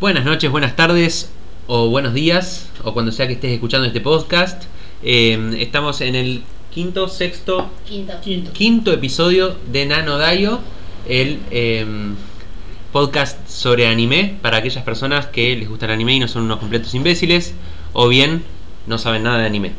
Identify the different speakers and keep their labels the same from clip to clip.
Speaker 1: Buenas noches, buenas tardes o buenos días o cuando sea que estés escuchando este podcast. Eh, estamos en el quinto, sexto,
Speaker 2: Quinto.
Speaker 3: Quinto.
Speaker 1: quinto episodio de Nano Daio, el eh, podcast sobre anime para aquellas personas que les gusta el anime y no son unos completos imbéciles o bien no saben nada de anime.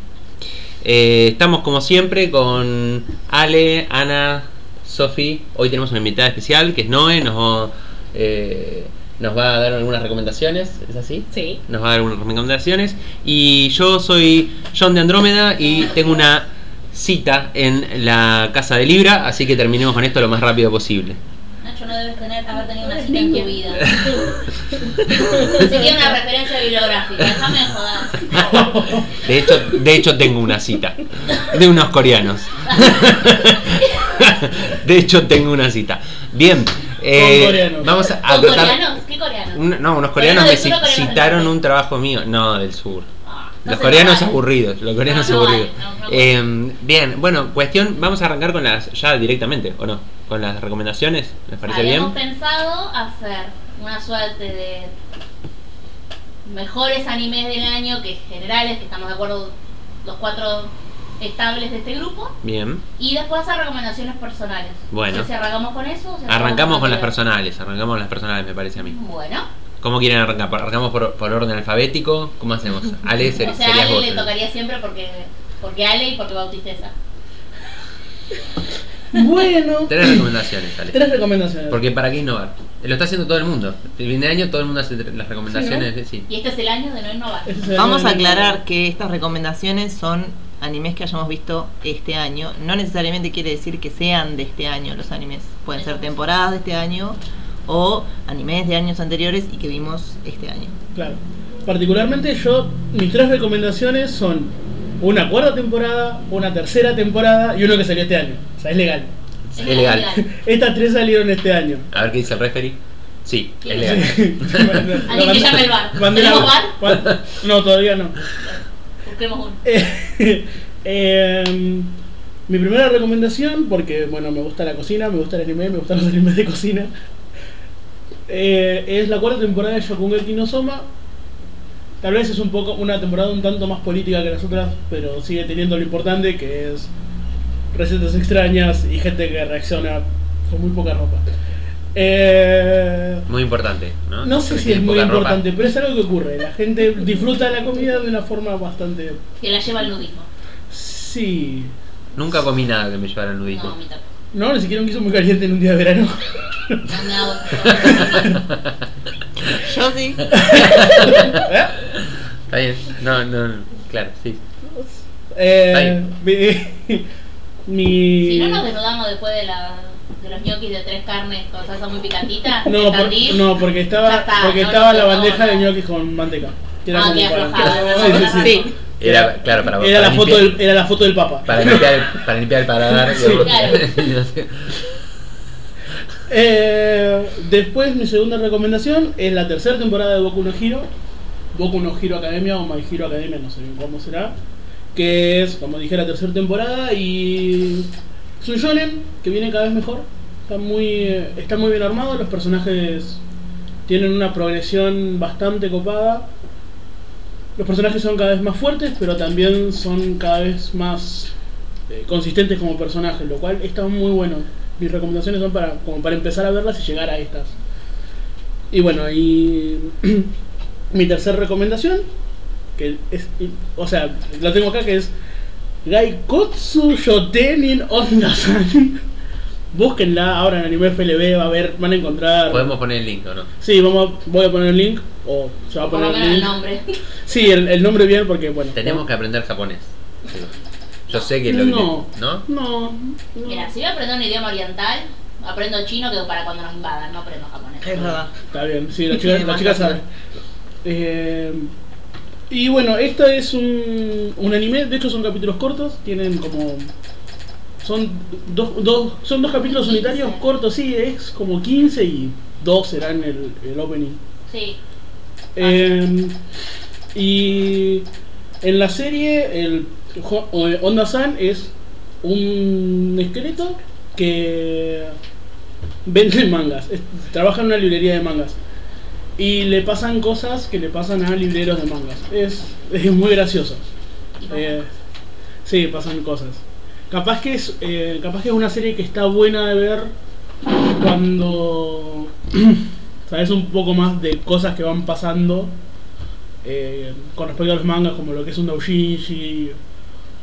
Speaker 1: Eh, estamos como siempre con Ale, Ana, Sofi. Hoy tenemos una invitada especial que es Noe. Nos, eh, nos va a dar algunas recomendaciones. ¿Es así?
Speaker 4: Sí.
Speaker 1: nos va a dar algunas recomendaciones. Y yo soy John de Andrómeda y tengo una cita en la casa de Libra, así que terminemos con esto lo más rápido posible.
Speaker 2: Nacho, no debes tener, haber tenido una
Speaker 4: Eres
Speaker 2: cita en tu
Speaker 4: niña.
Speaker 2: vida. Siquiera una referencia bibliográfica. Déjame de joder.
Speaker 1: De hecho, de hecho tengo una cita de unos coreanos. De hecho tengo una cita. Bien, eh,
Speaker 3: coreanos.
Speaker 1: vamos a
Speaker 2: ¿Con
Speaker 1: tratar-
Speaker 2: coreanos? ¿Qué coreanos?
Speaker 1: un- no, unos coreanos
Speaker 2: Coreanos
Speaker 1: me
Speaker 2: del sur o
Speaker 1: ci-
Speaker 2: coreanos del
Speaker 1: citaron
Speaker 2: norte?
Speaker 1: un trabajo mío. No, del sur.
Speaker 2: Ah, no
Speaker 1: Los
Speaker 2: sé,
Speaker 1: coreanos
Speaker 2: no vale.
Speaker 1: aburridos, los coreanos
Speaker 2: No, no
Speaker 1: aburridos.
Speaker 2: vale, no, no vale.
Speaker 1: Eh, bien, bueno, cuestión, vamos a arrancar con las ya directamente, ¿o no? Con las recomendaciones, ¿les parece
Speaker 2: Habíamos
Speaker 1: bien?
Speaker 2: pensado hacer una suerte de mejores animes del año que generales, que estamos de acuerdo los cuatro estables de este grupo,
Speaker 1: Bien,
Speaker 2: y después hacer recomendaciones personales.
Speaker 1: Bueno.
Speaker 2: No sé si arrancamos con eso. o si
Speaker 1: arrancamos con las
Speaker 2: anterior.
Speaker 1: personales, arrancamos con las personales, me parece a mí.
Speaker 2: Bueno,
Speaker 1: ¿Cómo quieren arrancar? ¿Arrancamos por, por orden alfabético? ¿Cómo hacemos? Ale, ser-
Speaker 2: o sea,
Speaker 1: serías
Speaker 2: Ale
Speaker 1: vos, eh.
Speaker 2: le
Speaker 1: ¿no?
Speaker 2: tocaría siempre porque, porque Ale y porque Bautisteza.
Speaker 3: Bueno.
Speaker 1: Tres recomendaciones, Ale.
Speaker 3: Tres recomendaciones.
Speaker 1: Porque para qué innovar. Lo está haciendo todo el mundo. El fin de año todo el mundo hace tre- las recomendaciones, sí.
Speaker 2: Y este es el año de no innovar.
Speaker 3: Ese es el
Speaker 4: Vamos a
Speaker 3: elemento.
Speaker 4: aclarar que estas recomendaciones son animes que hayamos visto este año. No necesariamente quiere decir que sean de este año los animes. Pueden ser temporadas de este año o animes de años anteriores y que vimos este año.
Speaker 3: Claro. Particularmente yo, mis tres recomendaciones son una cuarta temporada, una tercera temporada y uno que salió este año. O sea, es legal.
Speaker 2: Es
Speaker 1: Es
Speaker 2: el
Speaker 1: legal.
Speaker 2: legal.
Speaker 3: Estas tres salieron este año.
Speaker 1: A ver qué dice el referee. Sí, es
Speaker 2: Sí.
Speaker 1: legal.
Speaker 2: Alguien que llame al bar.
Speaker 3: Bandera-
Speaker 2: ¿Tenemos bar?
Speaker 3: Ba- No, todavía no.
Speaker 2: Busquemos uno.
Speaker 3: Eh, em, mi primera recomendación, porque bueno, me gusta la cocina, me gusta el anime, me gustan los animes de cocina, eh, es la cuarta temporada de Shokugeki no Soma. Tal vez es un poco una temporada un tanto más política que las otras, pero sigue teniendo lo importante que es recetas extrañas y gente que reacciona con muy poca ropa. Eh,
Speaker 1: Muy importante, ¿no?
Speaker 3: no sé si
Speaker 1: Tiene
Speaker 3: es muy
Speaker 1: poca ropa.
Speaker 3: importante, pero es algo que ocurre. La gente disfruta la comida de una forma bastante...
Speaker 2: Que la lleva al nudismo.
Speaker 3: Sí,
Speaker 1: Nunca comí nada que me llevara al
Speaker 2: No,
Speaker 1: nudismo.
Speaker 2: a mí tampoco.
Speaker 3: No, ni siquiera un guiso muy caliente en un día de verano.
Speaker 2: No me hago-
Speaker 4: Yo sí.
Speaker 1: Está bien. No, no, no. claro, sí.
Speaker 3: Eh, mi, mi-
Speaker 2: Si no nos desnudamos después de, la, de los ñoquis de tres carnes con salsa muy picantita,
Speaker 3: No,
Speaker 2: de
Speaker 3: por-
Speaker 2: candil,
Speaker 3: no, porque estaba,
Speaker 2: Ya está,
Speaker 3: porque
Speaker 2: no,
Speaker 3: estaba
Speaker 2: no,
Speaker 3: la
Speaker 2: no,
Speaker 3: bandeja
Speaker 2: no.
Speaker 3: de ñoquis con manteca. que
Speaker 2: Ah, que
Speaker 3: como para-
Speaker 2: aflojaba,
Speaker 3: Sí,
Speaker 2: ¿no?
Speaker 3: sí, sí.
Speaker 4: Sí.
Speaker 1: Era, claro, para
Speaker 3: Era la
Speaker 1: para
Speaker 3: foto
Speaker 1: limpiar-
Speaker 3: del, era la foto del papa.
Speaker 1: Para limpiar, el- para limpiar el paladar.
Speaker 3: Sí. Eh, después mi segunda recomendación es la tercera temporada de Boku no Hero. Boku no Hero Academia o My Hero Academia, no sé bien cómo será. Que es, como dije, la tercera temporada y... Es un shonen que viene cada vez mejor. Está muy, eh, está muy bien armado, los personajes tienen una progresión bastante copada. Los personajes son cada vez más fuertes, pero también son cada vez más eh, consistentes como personajes, lo cual está muy bueno. Mis recomendaciones son para, como para empezar a verlas y llegar a estas. Y bueno, y mi tercera recomendación, que es, y- o sea, la tengo acá, que es Gaikotsu Shotenin Onda-san. Búsquenla ahora en Anime FLB, va a ver, van a encontrar...
Speaker 1: Podemos poner el link, ¿o no?
Speaker 3: Sí, vamos a- voy a poner el link. O se va a
Speaker 2: por lo
Speaker 3: poner
Speaker 2: menos
Speaker 3: el
Speaker 2: el
Speaker 3: link.
Speaker 2: nombre.
Speaker 3: Sí, el, el nombre bien porque, bueno.
Speaker 1: Tenemos que aprender japonés. Sí. Yo sé que lo
Speaker 3: No.
Speaker 1: ¿No?
Speaker 3: No. no.
Speaker 2: Mira, si voy a aprender un idioma oriental, aprendo chino que para cuando nos invadan, no aprendo japonés.
Speaker 4: Es verdad.
Speaker 3: Está bien, sí, la chica,
Speaker 4: Sí,
Speaker 3: la
Speaker 4: más
Speaker 3: chica
Speaker 4: fácil.
Speaker 3: sabe. Eh, y bueno, esto es un, un anime. De hecho, son capítulos cortos. Tienen como. Son dos, dos, son dos capítulos
Speaker 2: 15.
Speaker 3: unitarios cortos, sí, es como 15 y dos serán el, el opening.
Speaker 2: Sí.
Speaker 3: Eh, y en la serie, el Jo- eh, Onda San es un esqueleto que vende mangas, es- trabaja en una librería de mangas. Y le pasan cosas que le pasan a libreros de mangas. Es, es muy gracioso.
Speaker 2: Y con-
Speaker 3: Eh, sí, pasan cosas. Capaz que es, eh, capaz que es una serie que está buena de ver cuando sabes un poco más de cosas que van pasando eh, con respecto a los mangas, como lo que es un doujinshi.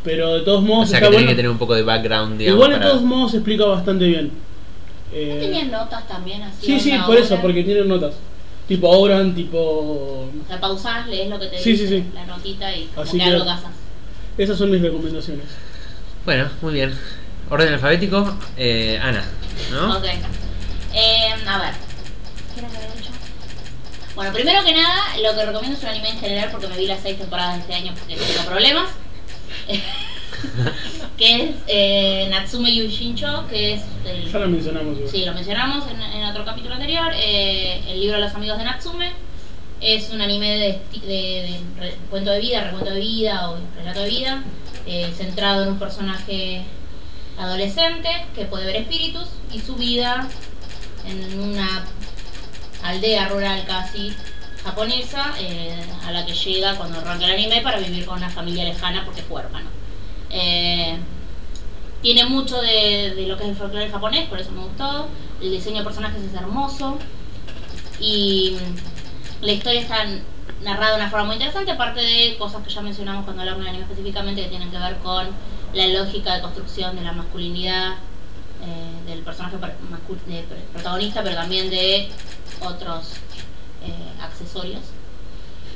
Speaker 3: Pero de todos
Speaker 1: O
Speaker 3: modos
Speaker 1: sea que
Speaker 3: está
Speaker 1: tenés
Speaker 3: bueno.
Speaker 1: que tener un poco de background, digamos.
Speaker 3: Igual de
Speaker 1: para-
Speaker 3: todos modos se explica bastante bien.
Speaker 2: ¿No
Speaker 3: Eh,
Speaker 2: tenías notas también así?
Speaker 3: sí, sí,
Speaker 2: onda
Speaker 3: por eso,
Speaker 2: ahora?
Speaker 3: porque tienen notas. Tipo Oran, tipo...
Speaker 2: O sea, pausás, lees lo que te
Speaker 3: Sí,
Speaker 2: dice
Speaker 3: sí, sí.
Speaker 2: la notita y como
Speaker 3: Así
Speaker 2: que
Speaker 3: que-
Speaker 2: algo cazas.
Speaker 3: Esas son mis recomendaciones.
Speaker 1: Bueno, muy bien. Orden alfabético, eh, Ana, ¿no?
Speaker 3: ¿Ah?
Speaker 2: Ok. Eh, a ver. ¿Qué era lo que había dicho? Bueno, primero que nada, lo que recomiendo es un anime en general porque me vi las seis temporadas de este año porque tengo problemas. que es eh, Natsume Yushincho, que es el
Speaker 3: Ya la mencionamos. igual.
Speaker 2: Sí, lo mencionamos en, en otro capítulo anterior. eh, el libro Los Amigos de Natsume es un anime de, esti- de, de re- cuento de vida, recuento de vida o relato de vida, eh, centrado en un personaje adolescente que puede ver espíritus y su vida en una aldea rural casi japonesa eh, a la que llega cuando arranca el anime para vivir con una familia lejana porque es huérfano. Eh, tiene mucho de, de lo que es el folclore japonés, por eso me gustó. El diseño de personajes es hermoso. Y mm, la historia está n- narrada de una forma muy interesante, aparte de cosas que ya mencionamos cuando hablamos de anime específicamente, que tienen que ver con la lógica de construcción de la masculinidad eh, del personaje pr- mascu- de pr- protagonista, pero también de otros eh, accesorios.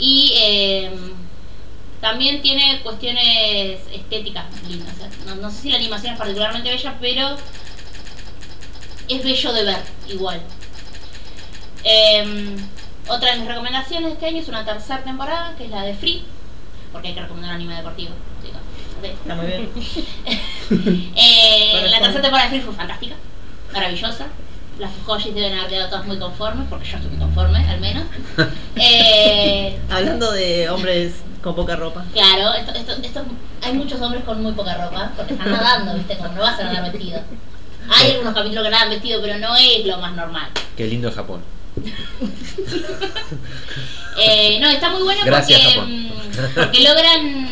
Speaker 2: Y em, también tiene cuestiones estéticas lindas. ¿eh? No, no sé si la animación es particularmente bella, pero es bello de ver igual. Em, otra de mis recomendaciones de este año es una tercera temporada, que es la de Free, porque hay que recomendar anime deportivo. chicos.
Speaker 4: Está muy bien.
Speaker 2: Eh,
Speaker 4: Corresponde.
Speaker 2: la tercera temporada de Free fue fantástica, maravillosa. Las joyas deben haber quedado todas muy conformes, porque yo estoy muy conforme, al menos. Eh,
Speaker 4: Hablando de hombres con poca ropa.
Speaker 2: Claro, esto, esto, esto- hay muchos hombres con muy poca ropa, porque están nadando, ¿viste? Como no vas a nadar vestido. Hay algunos capítulos que nadan vestido, pero no es lo más normal.
Speaker 1: Qué lindo Japón.
Speaker 2: Eh, no, está muy bueno
Speaker 1: Gracias,
Speaker 2: porque,
Speaker 1: Japón.
Speaker 2: mm, porque logran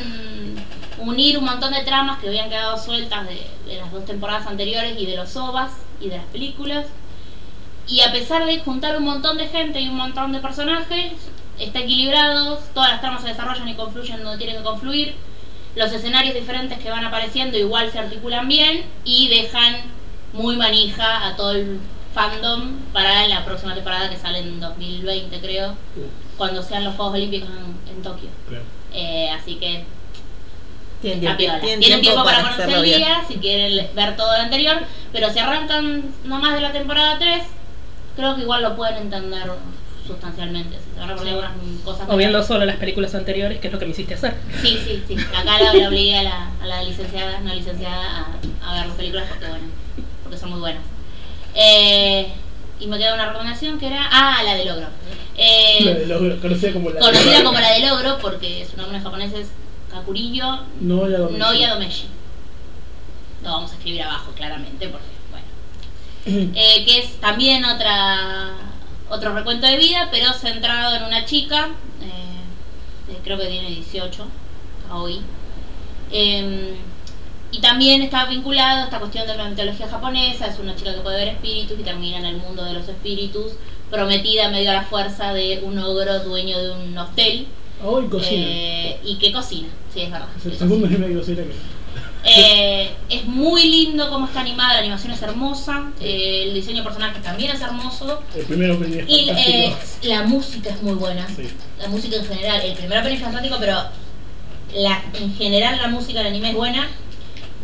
Speaker 2: unir un montón de tramas que habían quedado sueltas de, de las dos temporadas anteriores y de los ovas y de las películas. Y a pesar de juntar un montón de gente y un montón de personajes, está equilibrado, todas las tramas se desarrollan y confluyen donde tienen que confluir. Los escenarios diferentes que van apareciendo igual se articulan bien y dejan muy manija a todo el fandom para la próxima temporada que sale en 2020 creo
Speaker 3: Uh,
Speaker 2: cuando sean los Juegos Olímpicos en, en Tokio.
Speaker 3: claro.
Speaker 2: Eh, así que
Speaker 4: Tienen
Speaker 2: está
Speaker 4: tiempo,
Speaker 2: piola.
Speaker 4: tienen
Speaker 2: Tienen tiempo, para, conocer
Speaker 4: hacerlo
Speaker 2: el
Speaker 4: bien.
Speaker 2: día, si quieren le- ver todo lo anterior, pero si arrancan nomás de la temporada 3, creo que igual lo pueden entender sustancialmente. Si se van a perder algunas mm, cosas.
Speaker 5: O viendo solo las películas anteriores, que es lo que me hiciste hacer.
Speaker 2: Sí, sí, sí. Acá la, la obligué a la, a la licenciada, no licenciada, a, a ver las películas porque, bueno, porque son muy buenas. Eh, y me queda una recomendación que era. Ah, la de logro. Eh,
Speaker 3: La de los- conocida como la
Speaker 2: conocida como la del ogro porque su nombre en japonés es Kakurillo
Speaker 3: No, la dominó.
Speaker 2: Noya Domeshi. Lo vamos a escribir abajo, claramente, porque, bueno. Eh, que es también otra otro recuento de vida, pero centrado en una chica, eh, eh, creo que tiene 18, hoy. Eh, y también está vinculado a esta cuestión de la mitología japonesa, es una chica que puede ver espíritus y termina en el mundo de los espíritus, prometida medio a la fuerza de un ogro dueño de un hotel
Speaker 3: Ah, Hoy cocina.
Speaker 2: eh, y que cocina, sí, es verdad.
Speaker 3: es
Speaker 2: que
Speaker 3: el segundo
Speaker 2: cocina.
Speaker 3: anime que cocina que.
Speaker 2: Eh, es muy lindo cómo está animada, la animación es hermosa, eh, el diseño de personajes también es hermoso
Speaker 3: El primero opening es
Speaker 2: y eh,
Speaker 3: fantástico.
Speaker 2: la música es muy buena.
Speaker 3: Sí.
Speaker 2: La música en general, el primer opening es fantástico, pero la, en general la música del anime es buena.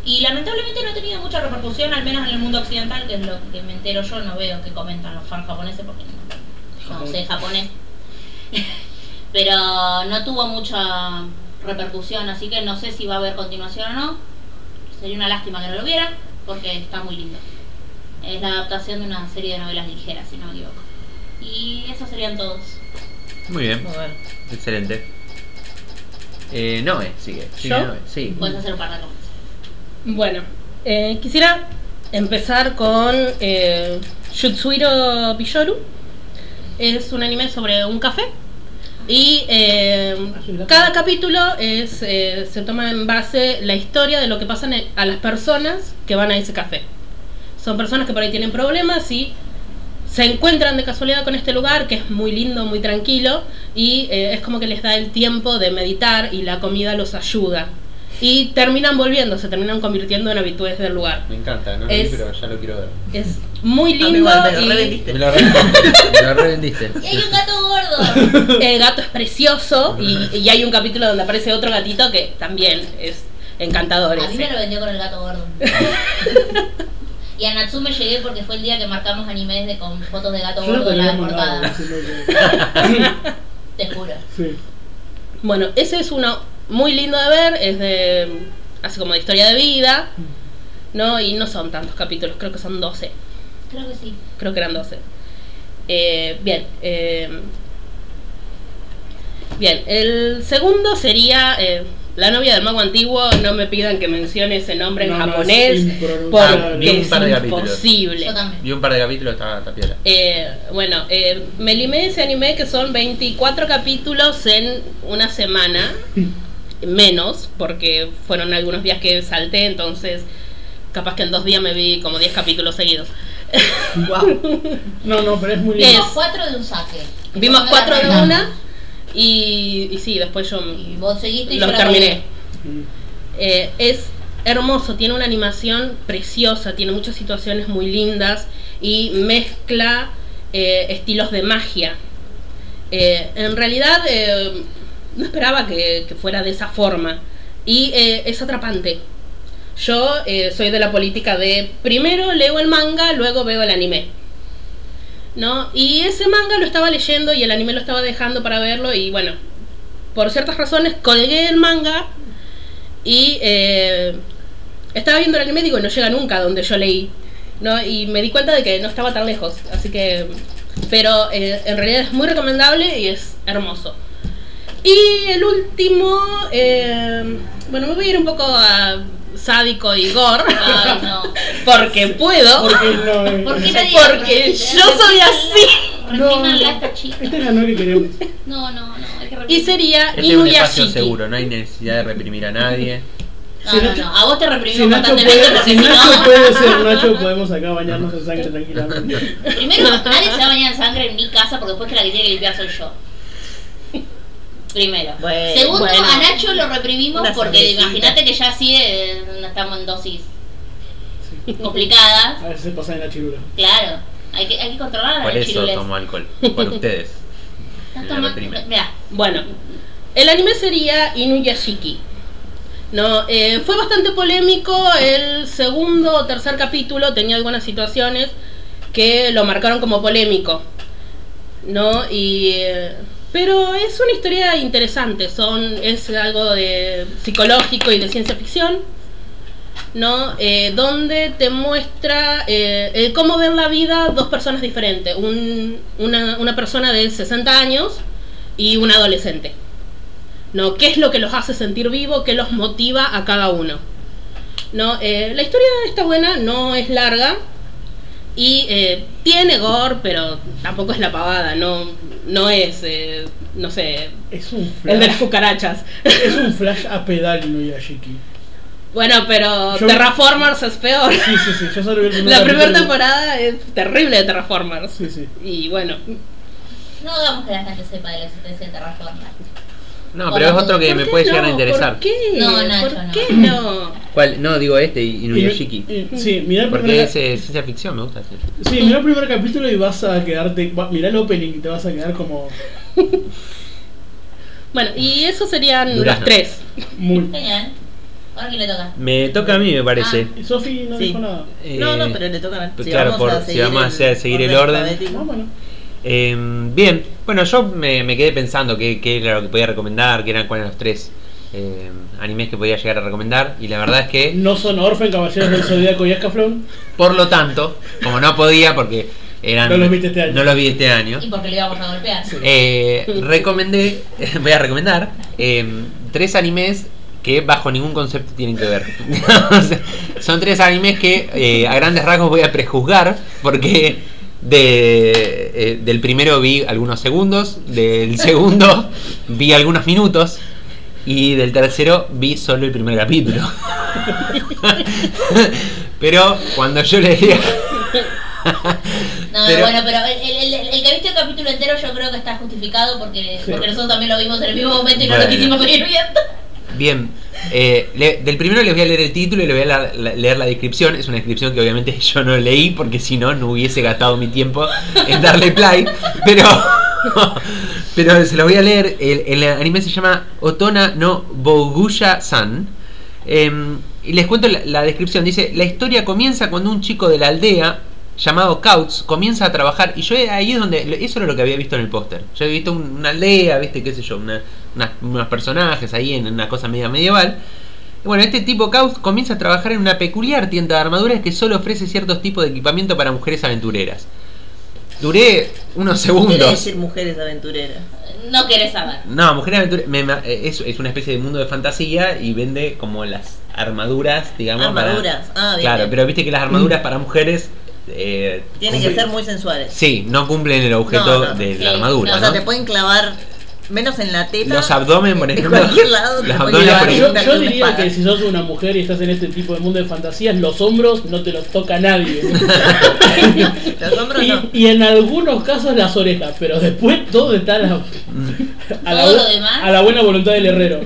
Speaker 2: Y lamentablemente no ha tenido mucha repercusión, al menos en el mundo occidental, que es lo que me entero yo, no veo que comentan los fans japoneses porque no, no sé japonés. Pero no tuvo mucha repercusión, así que no sé si va a haber continuación o no. Sería una lástima que no lo hubiera, porque está muy lindo. Es la adaptación de una serie de novelas ligeras, si no me equivoco. Y esos serían todos.
Speaker 1: Muy bien,
Speaker 4: Muy bueno.
Speaker 1: excelente. Eh, Noe, sigue. sigue
Speaker 5: ¿Yo?
Speaker 1: Noe, Sí.
Speaker 2: Puedes hacer un par de cosas.
Speaker 5: Bueno, eh, quisiera empezar con eh, Yutsuhiro Piyoru, es un anime sobre un café y eh, cada capítulo es, eh, se toma en base la historia de lo que pasa a las personas que van a ese café. Son personas que por ahí tienen problemas y se encuentran de casualidad con este lugar que es muy lindo, muy tranquilo y eh, es como que les da el tiempo de meditar y la comida los ayuda. Y terminan volviendo, se terminan convirtiendo en habitudes del lugar.
Speaker 1: Me encanta, no lo vi,
Speaker 5: Es-
Speaker 1: pero ya lo quiero ver.
Speaker 5: Es muy
Speaker 4: Ah,
Speaker 5: lindo
Speaker 4: igual, me lo
Speaker 5: y-
Speaker 4: revendiste.
Speaker 1: Me lo revendiste. me lo revendiste.
Speaker 2: Y hay un gato gordo.
Speaker 5: El gato es precioso y, y hay un capítulo donde aparece otro gatito que también es encantador.
Speaker 2: A mí
Speaker 5: ese.
Speaker 2: me lo vendió con el gato gordo. Y a Natsume llegué porque fue el día que marcamos animes de, con fotos de gato
Speaker 3: Yo no
Speaker 2: gordo
Speaker 3: te
Speaker 2: en
Speaker 3: había
Speaker 2: la
Speaker 3: mandado.
Speaker 2: portada.
Speaker 3: así que-
Speaker 2: Te juro.
Speaker 3: Sí.
Speaker 5: Bueno, ese es uno muy lindo de ver, es de así como de historia de vida, ¿no? Y no son tantos capítulos, creo que son 12,
Speaker 2: Creo que sí.
Speaker 5: creo que eran 12. Eh, bien, eh, bien, el segundo sería eh, La novia del mago antiguo, no me pidan que mencione ese nombre en
Speaker 3: No, no, es
Speaker 5: japonés,
Speaker 3: impronunciable.
Speaker 1: vi
Speaker 5: porque
Speaker 1: Ah, un
Speaker 5: es
Speaker 1: par de capítulos.
Speaker 5: imposible.
Speaker 2: Yo también.
Speaker 1: Vi un par de capítulos, estaba tapiera.
Speaker 5: Eh, bueno, eh, me limé ese anime que son 24 capítulos en una semana, menos, porque fueron algunos días que salté, entonces capaz que en dos días me vi como 10 capítulos seguidos.
Speaker 4: Guau.
Speaker 3: No, no, pero es muy
Speaker 5: Es-
Speaker 3: lindo.
Speaker 2: Vimos cuatro de un saque.
Speaker 5: Vimos
Speaker 2: Yo me la
Speaker 5: 4 de
Speaker 2: mandaba.
Speaker 5: una y, y sí, después yo
Speaker 2: Y vos seguiste y yo
Speaker 5: los
Speaker 2: la
Speaker 5: terminé.
Speaker 3: Mm.
Speaker 5: Eh, es hermoso, tiene una animación preciosa, tiene muchas situaciones muy lindas y mezcla eh, estilos de magia. Eh, en realidad eh, no esperaba que, que fuera de esa forma y eh, es atrapante. Yo eh, soy de la política de primero leo el manga, luego veo el anime. ¿No? Y ese manga lo estaba leyendo y el anime lo estaba dejando para verlo y bueno, por ciertas razones colgué el manga y eh, estaba viendo el anime y digo, no llega nunca a donde yo leí. ¿no? Y me di cuenta de que no estaba tan lejos. Así que. Pero eh, en realidad es muy recomendable y es hermoso. Y el último. eh, bueno, me voy a ir un poco a sádico y gore.
Speaker 2: Ay, no.
Speaker 5: porque puedo.
Speaker 3: Porque no, eh,
Speaker 2: ¿Por qué nadie
Speaker 5: Porque yo soy así.
Speaker 2: Reprímanla a esta chica.
Speaker 3: Esta es la no que queremos.
Speaker 2: No, no, no. Hay que
Speaker 5: Y
Speaker 2: reprimir.
Speaker 5: sería
Speaker 1: Este es un espacio
Speaker 5: Inuyashiki.
Speaker 1: seguro, no hay necesidad de reprimir a nadie.
Speaker 2: No,
Speaker 3: Si
Speaker 2: no,
Speaker 3: Nacho-
Speaker 2: no. A vos te reprimimos
Speaker 3: Si Nacho,
Speaker 2: constantemente
Speaker 3: puede,
Speaker 2: porque
Speaker 3: si
Speaker 2: si
Speaker 3: Nacho
Speaker 2: no.
Speaker 3: puede ser Nacho, podemos acá bañarnos en sangre tranquilamente.
Speaker 2: Primero, nadie se va a bañar en sangre en mi casa porque después que la que tiene que limpiar soy yo. Primero.
Speaker 4: Bueno,
Speaker 2: Segundo,
Speaker 4: bueno.
Speaker 2: a Nacho lo reprimimos
Speaker 4: Una
Speaker 2: porque
Speaker 4: cervecita.
Speaker 2: imagínate que ya así eh, estamos en dosis complicadas.
Speaker 3: A veces se pasa de la chirula.
Speaker 2: Claro, hay que, hay que controlar a
Speaker 1: Por
Speaker 2: los
Speaker 1: eso
Speaker 2: chirules.
Speaker 1: tomo alcohol. Por ustedes.
Speaker 2: Estás
Speaker 1: la
Speaker 2: tomando-
Speaker 1: reprime.
Speaker 2: Mirá,
Speaker 5: Bueno, el anime sería Inuyashiki. No, eh, fue bastante polémico. El segundo o tercer capítulo tenía algunas situaciones que lo marcaron como polémico. ¿No? Y. eh, pero es una historia interesante. Son, es algo de psicológico y de ciencia ficción. ¿No? Eh, donde te muestra eh, el cómo ven la vida dos personas diferentes. Un- una, una persona de 60 años y un adolescente. ¿No? ¿Qué es lo que los hace sentir vivo? ¿Qué los motiva a cada uno? ¿No? Eh, la historia está buena, no es larga y eh, tiene gore, pero tampoco es la pavada, no, no es, eh, no sé,
Speaker 3: Es un
Speaker 5: el de las
Speaker 3: flash.
Speaker 5: cucarachas.
Speaker 3: Es un flash a pedal, Inuyashiki.
Speaker 5: Bueno, pero
Speaker 3: Yo-
Speaker 5: Terraformers es peor.
Speaker 3: Sí, sí, sí. Yo solo vi el primer
Speaker 5: La primera
Speaker 3: capítulo.
Speaker 5: temporada es terrible de Terraformers.
Speaker 3: Sí, sí.
Speaker 5: Y bueno,
Speaker 2: no hagamos que la gente sepa de la existencia de Terraforma.
Speaker 1: No, pero es otro que
Speaker 5: ¿por
Speaker 1: me
Speaker 5: qué
Speaker 1: puede llegar
Speaker 5: no?
Speaker 1: a interesar.
Speaker 5: ¿Por qué?
Speaker 2: No, Nacho,
Speaker 5: ¿Por
Speaker 2: no.
Speaker 5: qué no?
Speaker 1: ¿Cuál? No, digo este, Inuyashiki.
Speaker 3: Y- y- Sí, mirá el
Speaker 1: Porque
Speaker 3: primer,
Speaker 1: es eh, ciencia ficción, me gusta. sí.
Speaker 3: sí, mirá el primer capítulo y vas a quedarte. va- mirá el opening y te vas a quedar como.
Speaker 5: Bueno, y esos serían
Speaker 1: Durazno.
Speaker 5: los tres.
Speaker 3: Muy.
Speaker 2: Genial. Ahora quién le toca.
Speaker 1: Me toca a mí, me parece.
Speaker 3: Y Sofi no
Speaker 4: Sí.
Speaker 3: dijo nada.
Speaker 1: Eh,
Speaker 4: No, no, pero le tocan
Speaker 1: pues claro, por- si vamos a hacer- seguir el orden.
Speaker 3: No, Ah, bueno.
Speaker 1: Eh, bien, bueno, yo me, me quedé pensando qué, qué era lo que podía recomendar, qué eran cuáles eran los tres eh, animes que podía llegar a recomendar. Y la verdad es
Speaker 4: Eh.
Speaker 1: que,
Speaker 3: No son Orfen, Caballeros del Zodíaco y Escaflón.
Speaker 1: por lo tanto, como no podía porque eran.
Speaker 3: No los viste este año.
Speaker 1: no los vi este año,
Speaker 2: Y porque le íbamos a golpear.
Speaker 1: eh, recomendé, voy a recomendar eh, tres animes que bajo ningún concepto tienen que ver. O sea, son tres animes que eh, a grandes rasgos voy a prejuzgar porque De, eh, del primero vi algunos segundos, del segundo vi algunos minutos y del tercero vi solo el primer capítulo. Pero cuando yo leía...
Speaker 2: No,
Speaker 1: Pero-
Speaker 2: bueno, pero el, el- el- el que viste el capítulo entero yo creo que está justificado porque,
Speaker 3: Sí.
Speaker 2: porque nosotros también lo vimos en el mismo momento y no lo
Speaker 1: Bueno.
Speaker 2: quisimos seguir viendo.
Speaker 1: Bien, eh, le- del primero les voy a leer el título y les voy a la- la- leer la descripción. Es una descripción que obviamente yo no leí porque si no, no hubiese gastado mi tiempo en darle play. Pero, pero se lo voy a leer. El, el anime se llama Otona no Boguya-san. Em, y les cuento la, la descripción. Dice, la historia comienza cuando un chico de la aldea llamado Kautz comienza a trabajar. Y yo ahí es donde... Eso era lo que había visto en el póster. Yo había visto un- una aldea, viste, qué sé yo, una- unas- unos personajes ahí en una cosa media medieval. Y Bueno, este tipo Kautz comienza a trabajar en una peculiar tienda de armaduras que solo ofrece ciertos tipos de equipamiento para mujeres aventureras. Duré unos
Speaker 4: Quiere
Speaker 1: segundos.
Speaker 4: decir mujeres aventureras.
Speaker 2: No querés saber.
Speaker 1: No, Mujer Aventura me- me- eh, es, es una especie de mundo de fantasía y vende como las armaduras, digamos. para-
Speaker 4: Armaduras. Ah, bien,
Speaker 1: claro,
Speaker 4: bien.
Speaker 1: pero viste que las armaduras para mujeres. eh,
Speaker 4: Tienen que
Speaker 1: cumplen-
Speaker 4: ser muy sensuales.
Speaker 1: Sí, no cumplen el objeto
Speaker 4: No, no,
Speaker 1: de
Speaker 2: sí,
Speaker 1: la armadura,
Speaker 4: No,
Speaker 1: ¿no?
Speaker 4: o sea, te pueden clavar menos en la teta.
Speaker 1: Los abdomen, por
Speaker 4: de
Speaker 1: ejemplo.
Speaker 4: cualquier lado te
Speaker 1: los
Speaker 4: pueden
Speaker 1: abdomen,
Speaker 4: clavar
Speaker 1: por
Speaker 4: una
Speaker 3: Yo,
Speaker 1: ejemplo.
Speaker 3: yo
Speaker 4: con una
Speaker 3: diría
Speaker 4: espada.
Speaker 3: que si sos una mujer y estás en este tipo de mundo de fantasías, los hombros no te los toca nadie.
Speaker 4: Los hombros
Speaker 3: y,
Speaker 4: no.
Speaker 3: y en algunos casos las orejas, pero después todo está a la,
Speaker 4: Mm.
Speaker 3: a la,
Speaker 2: Todo lo
Speaker 3: bu-
Speaker 2: demás.
Speaker 3: a la buena voluntad del herrero.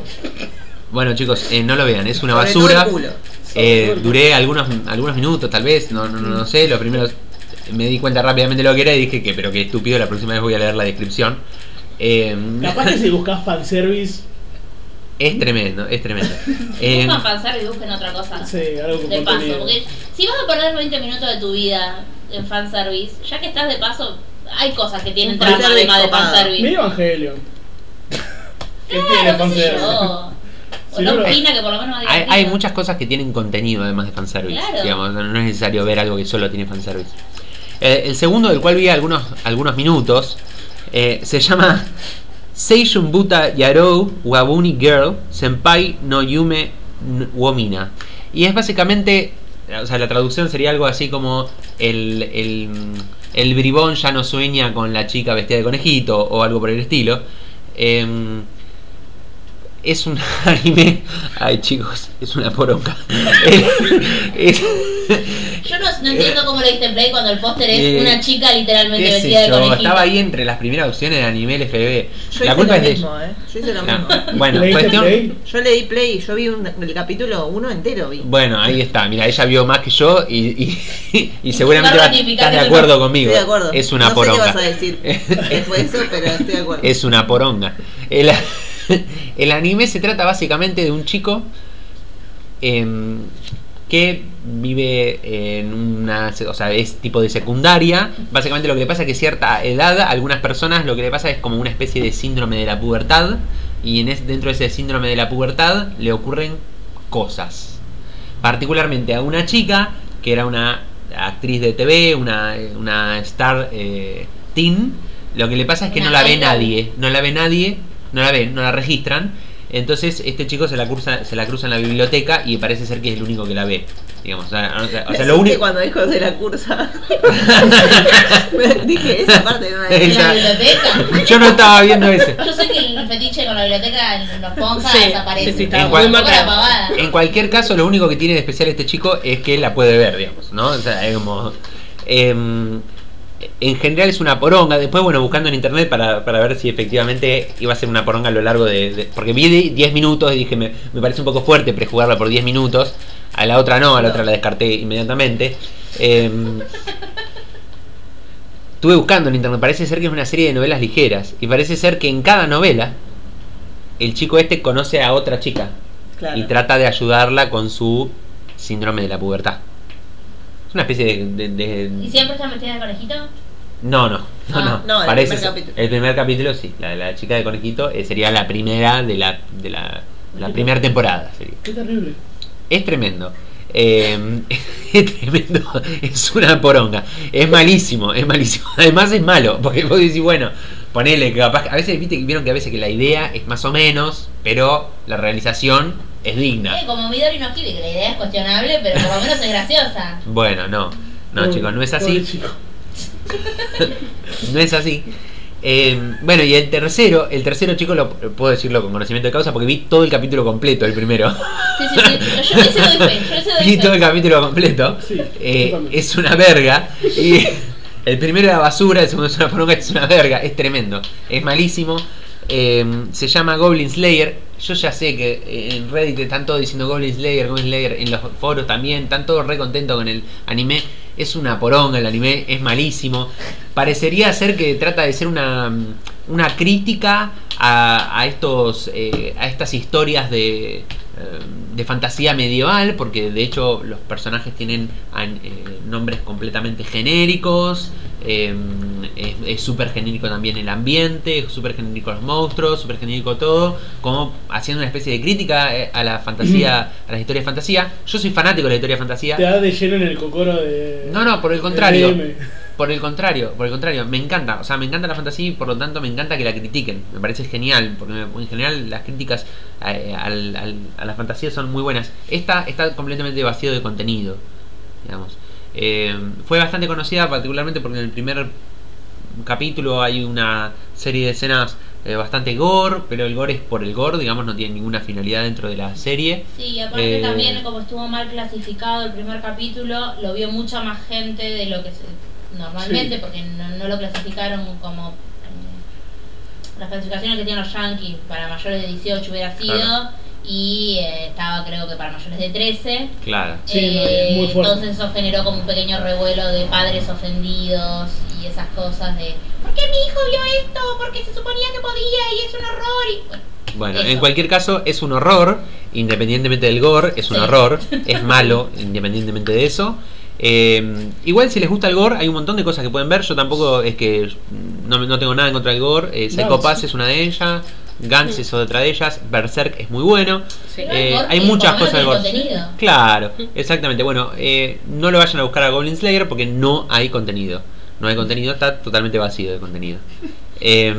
Speaker 1: Bueno, chicos, eh, no lo vean, es una
Speaker 4: Sobre todo el
Speaker 1: basura.
Speaker 4: culo.
Speaker 1: Eh, duré algunos, algunos minutos, tal vez, no, no, no, no sé. Los primeros me di cuenta rápidamente lo que era y dije que, pero qué estúpido, la próxima vez voy a leer la descripción. Eh,
Speaker 3: Capaz que si buscas fanservice,
Speaker 1: es tremendo, es tremendo. Eh,
Speaker 2: Buscan fanservice y busquen otra cosa.
Speaker 3: sí, algo con
Speaker 2: Ah, de paso.
Speaker 3: contenido.
Speaker 2: Porque si vas a perder 20 minutos de tu vida en fanservice, ya que estás de paso, hay cosas que tienen
Speaker 4: Un
Speaker 2: trama
Speaker 4: fanservice
Speaker 2: además de
Speaker 4: copado.
Speaker 3: Mira
Speaker 2: fanservice.
Speaker 3: Evangelion. ¿Qué tiene
Speaker 2: Claro, qué sé
Speaker 3: fanservice?
Speaker 2: yo.
Speaker 3: Sí,
Speaker 2: O no
Speaker 3: no lo-
Speaker 2: opina que por lo menos es
Speaker 1: hay, hay
Speaker 2: divertido.
Speaker 1: muchas cosas que tienen contenido además de fanservice.
Speaker 2: Claro.
Speaker 1: Digamos, no no es necesario ver algo que solo tiene fanservice. Eh, el segundo, del cual vi algunos, algunos minutos, eh, se llama Seishun Buta Yarou Wabuni Girl Senpai no Yume n- Womina. Y es básicamente, o sea, la traducción sería algo así como el, el, el bribón ya no sueña con la chica vestida de conejito o algo por el estilo. Em, es un anime. Ay, chicos, es una poronga. Eh, Es-
Speaker 2: Yo no, no entiendo cómo lo viste en Play cuando el póster es
Speaker 1: Eh,
Speaker 2: una chica literalmente
Speaker 1: qué sé
Speaker 2: vestida de
Speaker 1: yo,
Speaker 2: conejito.
Speaker 1: estaba ahí entre las primeras opciones de anime LFB.
Speaker 4: Yo
Speaker 1: La
Speaker 4: hice
Speaker 1: culpa
Speaker 4: lo
Speaker 1: es de
Speaker 4: mismo, ¿eh? Yo hice lo
Speaker 1: Ah,
Speaker 4: mismo.
Speaker 1: Bueno,
Speaker 3: ¿Leíste
Speaker 1: cuestión.
Speaker 3: Play?
Speaker 4: Yo le di play y yo vi un- el capítulo uno entero. Vi.
Speaker 1: Bueno, ahí está. Mira, ella vio más que yo y, y, y seguramente
Speaker 2: Va a
Speaker 1: va- estás
Speaker 2: ratificar
Speaker 1: de
Speaker 2: que yo
Speaker 1: acuerdo
Speaker 2: no-
Speaker 1: conmigo.
Speaker 4: Estoy de acuerdo.
Speaker 1: Es una
Speaker 4: no
Speaker 1: poronga.
Speaker 4: sé qué vas a decir después de eso, pero estoy de acuerdo.
Speaker 1: Es una poronga. El, el anime se trata básicamente de un chico em, que vive en una... se- O sea, es tipo de secundaria. Básicamente lo que le pasa es que cierta edad, a algunas personas lo que le pasa es como una especie de síndrome de la pubertad. Y en es- dentro de ese síndrome de la pubertad le ocurren cosas. Particularmente a una chica que era una actriz de TV, una, una star eh, teen. Lo que le pasa es que no
Speaker 2: Una
Speaker 1: la ve
Speaker 2: idol.
Speaker 1: nadie, no la ve nadie, no la ven, no la registran. Entonces este chico se la cruza, se la cruza en la biblioteca y parece ser que es el único que la ve. Digamos, o sea, o sea, o sea, lo
Speaker 4: Así que
Speaker 1: único.
Speaker 4: cuando dijo de la cursa. dije, esa parte no la
Speaker 2: En
Speaker 1: Esa-
Speaker 2: la biblioteca.
Speaker 1: Yo no estaba viendo ese.
Speaker 2: Yo sé que el fetiche con la biblioteca en los ponjas
Speaker 5: Sí,
Speaker 2: aparece.
Speaker 5: sí, sí,
Speaker 1: está
Speaker 2: Un
Speaker 1: muy
Speaker 2: poco la
Speaker 5: marcado.
Speaker 2: pavada.
Speaker 1: En cualquier caso, lo único que tiene de especial este chico es que la puede ver, digamos, ¿no? O sea, es como. em, en general es una poronga. Después, bueno, buscando en internet para, para ver si efectivamente iba a ser una poronga a lo largo de. de- porque vi de- 10 minutos y dije, me, me parece un poco fuerte prejugarla por 10 minutos. A la otra no, a la otra la descarté inmediatamente. Em, estuve buscando en internet, parece ser que es una serie de novelas ligeras. Y parece ser que en cada novela, el chico este conoce a otra chica
Speaker 4: Claro.
Speaker 1: y trata de ayudarla con su síndrome de la pubertad. Es una especie de... de- de-
Speaker 2: ¿Y siempre está vestida de conejito?
Speaker 1: No, no, no,
Speaker 2: Ah,
Speaker 1: no.
Speaker 4: no, el
Speaker 1: Parece
Speaker 4: primer
Speaker 1: ser-
Speaker 4: capítulo.
Speaker 1: el primer capítulo, sí. La de la chica de conejito eh, sería la primera de la, de la, la primera temporada. Sería.
Speaker 3: Qué terrible.
Speaker 1: Es tremendo. Eh, es tremendo. Es una poronga. Es malísimo, es malísimo. Además es malo, porque vos decís, bueno, ponele que capaz... A veces viste, vieron que a veces que la idea es más o menos, pero la realización es digna.
Speaker 2: Eh, como Midori no Kiwi, que la idea es cuestionable, pero por lo menos es graciosa.
Speaker 1: Bueno, no. No,
Speaker 3: Pobre-
Speaker 1: chicos, no es
Speaker 3: pobre
Speaker 1: así.
Speaker 3: chico.
Speaker 1: no es así. Eh, bueno, y el tercero, el tercero, chicos, lo, puedo decirlo con conocimiento de causa porque vi todo el capítulo completo, el primero.
Speaker 2: Sí, sí, sí. Yo ese doy fe. Yo ese doy
Speaker 1: vi
Speaker 2: fe.
Speaker 1: todo el capítulo completo.
Speaker 3: Sí,
Speaker 1: Eh,
Speaker 3: yo también.
Speaker 1: es una verga. Y el primero era basura, el segundo es una poronga, es una verga. Es tremendo. Es malísimo. Eh, se llama Goblin Slayer. Yo ya sé que eh, en Reddit están todos diciendo Goblin Slayer, Goblin Slayer. En los foros también. Están todos re contentos con el anime. Es una poronga el anime. Es malísimo. Parecería ser que trata de ser una, una crítica a, a estos, eh, a estas historias de, eh, de fantasía medieval, porque de hecho los personajes tienen an- eh, nombres completamente genéricos, eh, es súper genérico también el ambiente, es súper genérico los monstruos, súper genérico todo, como haciendo una especie de crítica eh, a la fantasía, a las historias de fantasía. Yo soy fanático de la historia de
Speaker 3: Te
Speaker 1: fantasía.
Speaker 3: da de lleno en el cocoro de.
Speaker 1: No, no, por el contrario.
Speaker 3: de DM.
Speaker 1: Por el contrario, por el contrario, me encanta, o sea, me encanta la fantasía y por lo tanto me encanta que la critiquen. Me parece genial, porque me- en general las críticas eh, al- al- a la fantasía son muy buenas. Esta está completamente vacío de contenido, digamos. Eh, fue bastante conocida particularmente porque en el primer capítulo hay una serie de escenas eh, bastante gore, pero el gore es por el gore, digamos, no tiene ninguna finalidad dentro de la serie.
Speaker 2: Sí, y aparte
Speaker 1: Eh,
Speaker 2: también como estuvo mal clasificado el primer capítulo, lo vio mucha más gente de lo que se, normalmente,
Speaker 3: Sí.
Speaker 2: porque no, no lo clasificaron como eh, las clasificaciones que tienen los Yankees para mayores de 18 hubiera sido
Speaker 1: Claro.
Speaker 2: y eh, estaba creo que para mayores de 13.
Speaker 1: Claro.
Speaker 3: Sí,
Speaker 2: Eh,
Speaker 3: muy fuerte.
Speaker 2: entonces eso generó como un pequeño revuelo de padres ofendidos y esas cosas de ¿por qué mi hijo vio esto? Porque se suponía que podía y es un horror y bueno,
Speaker 1: Bueno,
Speaker 2: Eso.
Speaker 1: en cualquier caso es un horror, independientemente del gore, es un
Speaker 2: Sí.
Speaker 1: horror, es malo, independientemente de eso. Eh, igual si les gusta el gore, hay un montón de cosas que pueden ver, yo tampoco es que no, no tengo nada en contra del gore, eh,
Speaker 3: No,
Speaker 1: Psycho Pass
Speaker 3: sí.
Speaker 1: es una de ellas, Gantz es otra de ellas, Berserk es muy bueno,
Speaker 5: Sí.
Speaker 2: Pero
Speaker 1: eh,
Speaker 2: el gore
Speaker 1: hay
Speaker 2: tiene-
Speaker 1: muchas
Speaker 2: por lo
Speaker 1: cosas del
Speaker 2: menos
Speaker 1: gore.
Speaker 2: tiene contenido.
Speaker 1: Claro, exactamente, bueno, eh, no lo vayan a buscar a Goblin Slayer porque no hay contenido, no hay contenido, está totalmente vacío de contenido. Eh,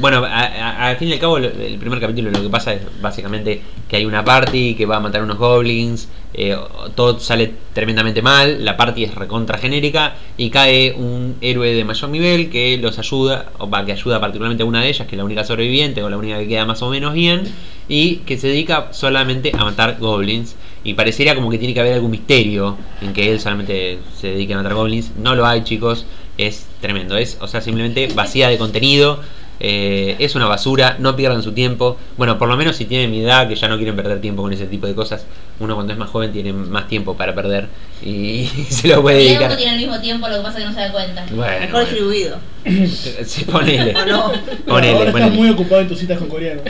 Speaker 1: bueno, a- a- al fin y al cabo, lo- el primer capítulo lo que pasa es básicamente que hay una party que va a matar unos goblins, eh, todo sale tremendamente mal, la party es recontra genérica y cae un héroe de mayor nivel que los ayuda, o va, que ayuda particularmente a una de ellas, que es la única sobreviviente o la única que queda más o menos bien, y que se dedica solamente a matar goblins. Y pareciera como que tiene que haber algún misterio en que él solamente se dedique a matar goblins. No lo hay, chicos. Es tremendo. Es, o sea, simplemente vacía de contenido. eh, es una basura. No pierdan su tiempo. Bueno, por lo menos si tienen mi edad, que ya no quieren perder tiempo con ese tipo de cosas. Uno cuando es más joven tiene más tiempo para perder. Y, se lo puede
Speaker 2: Y el otro
Speaker 1: dedicar.
Speaker 2: tiene al mismo tiempo, lo que pasa es que no se da cuenta.
Speaker 1: Bueno,
Speaker 4: Mejor distribuido.
Speaker 1: bueno. Sí, ponele.
Speaker 4: ¿O no?
Speaker 3: Pero
Speaker 1: Ponele,
Speaker 3: ahora
Speaker 1: ponele.
Speaker 3: estás muy ocupado en tus citas con coreanos.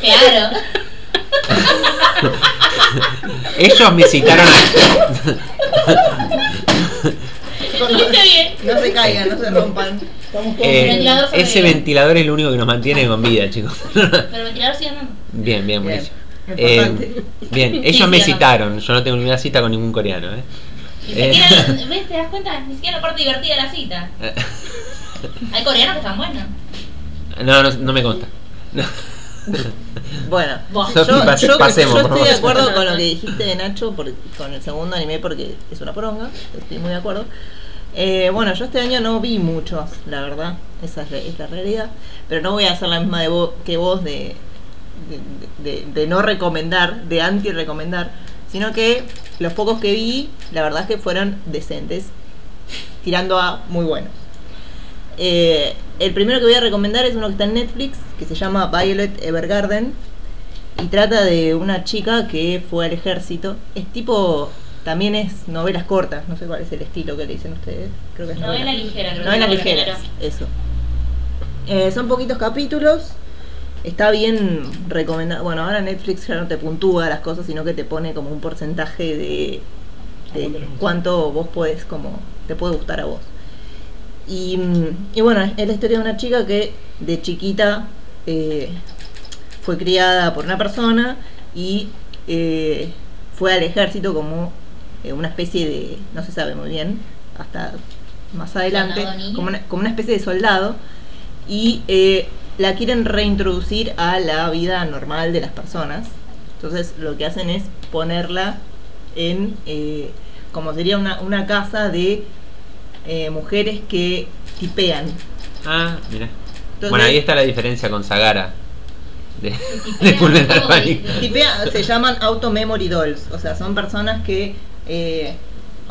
Speaker 2: Claro.
Speaker 1: Ellos me citaron.
Speaker 2: Está bien.
Speaker 4: No se caigan, no se rompan.
Speaker 3: Estamos todos.
Speaker 1: Eh,
Speaker 2: ventilador sobrevive.
Speaker 1: ese ventilador es lo único que nos mantiene con vida, chicos.
Speaker 2: Pero el ventilador sigue andando.
Speaker 1: Bien, bien, buenísimo.
Speaker 4: Bien,
Speaker 1: Eh,
Speaker 4: importante.
Speaker 1: bien,
Speaker 2: Sí,
Speaker 1: ellos me
Speaker 2: sí, no.
Speaker 1: citaron, yo no tengo ninguna cita con ningún coreano. ¿eh?
Speaker 2: Ni
Speaker 1: Eh.
Speaker 2: siquiera, ¿ves? ¿Te das cuenta? Ni siquiera la parte divertida de la cita. Hay coreanos que están buenos.
Speaker 1: No, no, no me consta. No.
Speaker 4: Bueno,
Speaker 2: Buah.
Speaker 4: yo,
Speaker 1: Sofi, pas-
Speaker 4: yo- yo
Speaker 1: pasemos, por
Speaker 4: estoy
Speaker 1: favor.
Speaker 4: de acuerdo con lo que dijiste de Nacho por- con el segundo anime porque es una poronga, estoy muy de acuerdo. Eh, bueno, yo este año no vi muchos, la verdad, esa es, la- es la realidad, pero no voy a hacer la misma de vo- que vos de, de, de- de no recomendar, de anti-recomendar, sino que los pocos que vi, la verdad es que fueron decentes, tirando a muy buenos. Eh, el primero que voy a recomendar es uno que está en Netflix, que se llama Violet Evergarden, y trata de una chica que fue al ejército. Es tipo, también es novelas cortas, no sé cuál es el estilo que le dicen ustedes. Creo que es
Speaker 2: Novela ligera, creo que es
Speaker 4: Novelas
Speaker 2: lo
Speaker 4: ligeras, eso. Eh, son poquitos capítulos. Está bien recomendado. Bueno, ahora Netflix ya no te puntúa las cosas, sino que te pone como un porcentaje de,
Speaker 3: ¿Cuánto
Speaker 4: de
Speaker 3: les gusta?
Speaker 4: cuánto vos podés, como, te puede gustar a vos. Y, mm, y bueno, es la historia de una chica que de chiquita eh, fue criada por una persona y eh, fue al ejército como eh, una especie de, no se sabe muy bien, hasta más adelante,
Speaker 2: Soldado niño.
Speaker 4: como una, como una especie de soldado y eh, la quieren reintroducir a la vida normal de las personas. Entonces lo que hacen es ponerla en, eh, como sería una, una casa de eh, mujeres que tipean.
Speaker 1: Ah, mira.
Speaker 4: Entonces-
Speaker 1: Bueno, ahí está la diferencia con Sagara. De, de
Speaker 2: Tipean
Speaker 1: Fullmetal
Speaker 2: todo,
Speaker 1: Panic.
Speaker 2: ¿viste?
Speaker 4: Tipea- se llaman auto memory dolls, o sea, son personas que eh,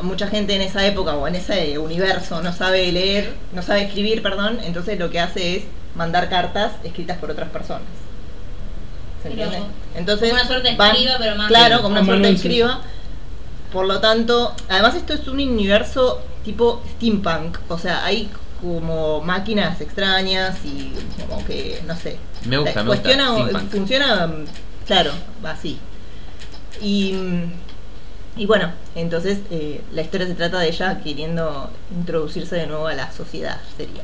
Speaker 4: mucha gente en esa época o en ese universo no sabe leer, no sabe escribir, perdón, entonces lo que hace es mandar cartas escritas por otras personas. ¿Se
Speaker 2: Qué
Speaker 4: entiende?
Speaker 2: loco.
Speaker 4: Entonces,
Speaker 2: Como una suerte de escriba, pero más-
Speaker 4: Claro, como una
Speaker 3: Como
Speaker 4: suerte de
Speaker 3: anuncios.
Speaker 4: escriba. Por lo tanto, además esto es un universo tipo steampunk, o sea, hay como máquinas extrañas y como que, no sé,
Speaker 1: Me gusta, me gusta.
Speaker 4: cuestiona,
Speaker 1: steampunk.
Speaker 4: Funciona, mm, claro, así. Y, mm, y bueno, entonces eh, la historia se trata de ella queriendo introducirse de nuevo a la sociedad, sería.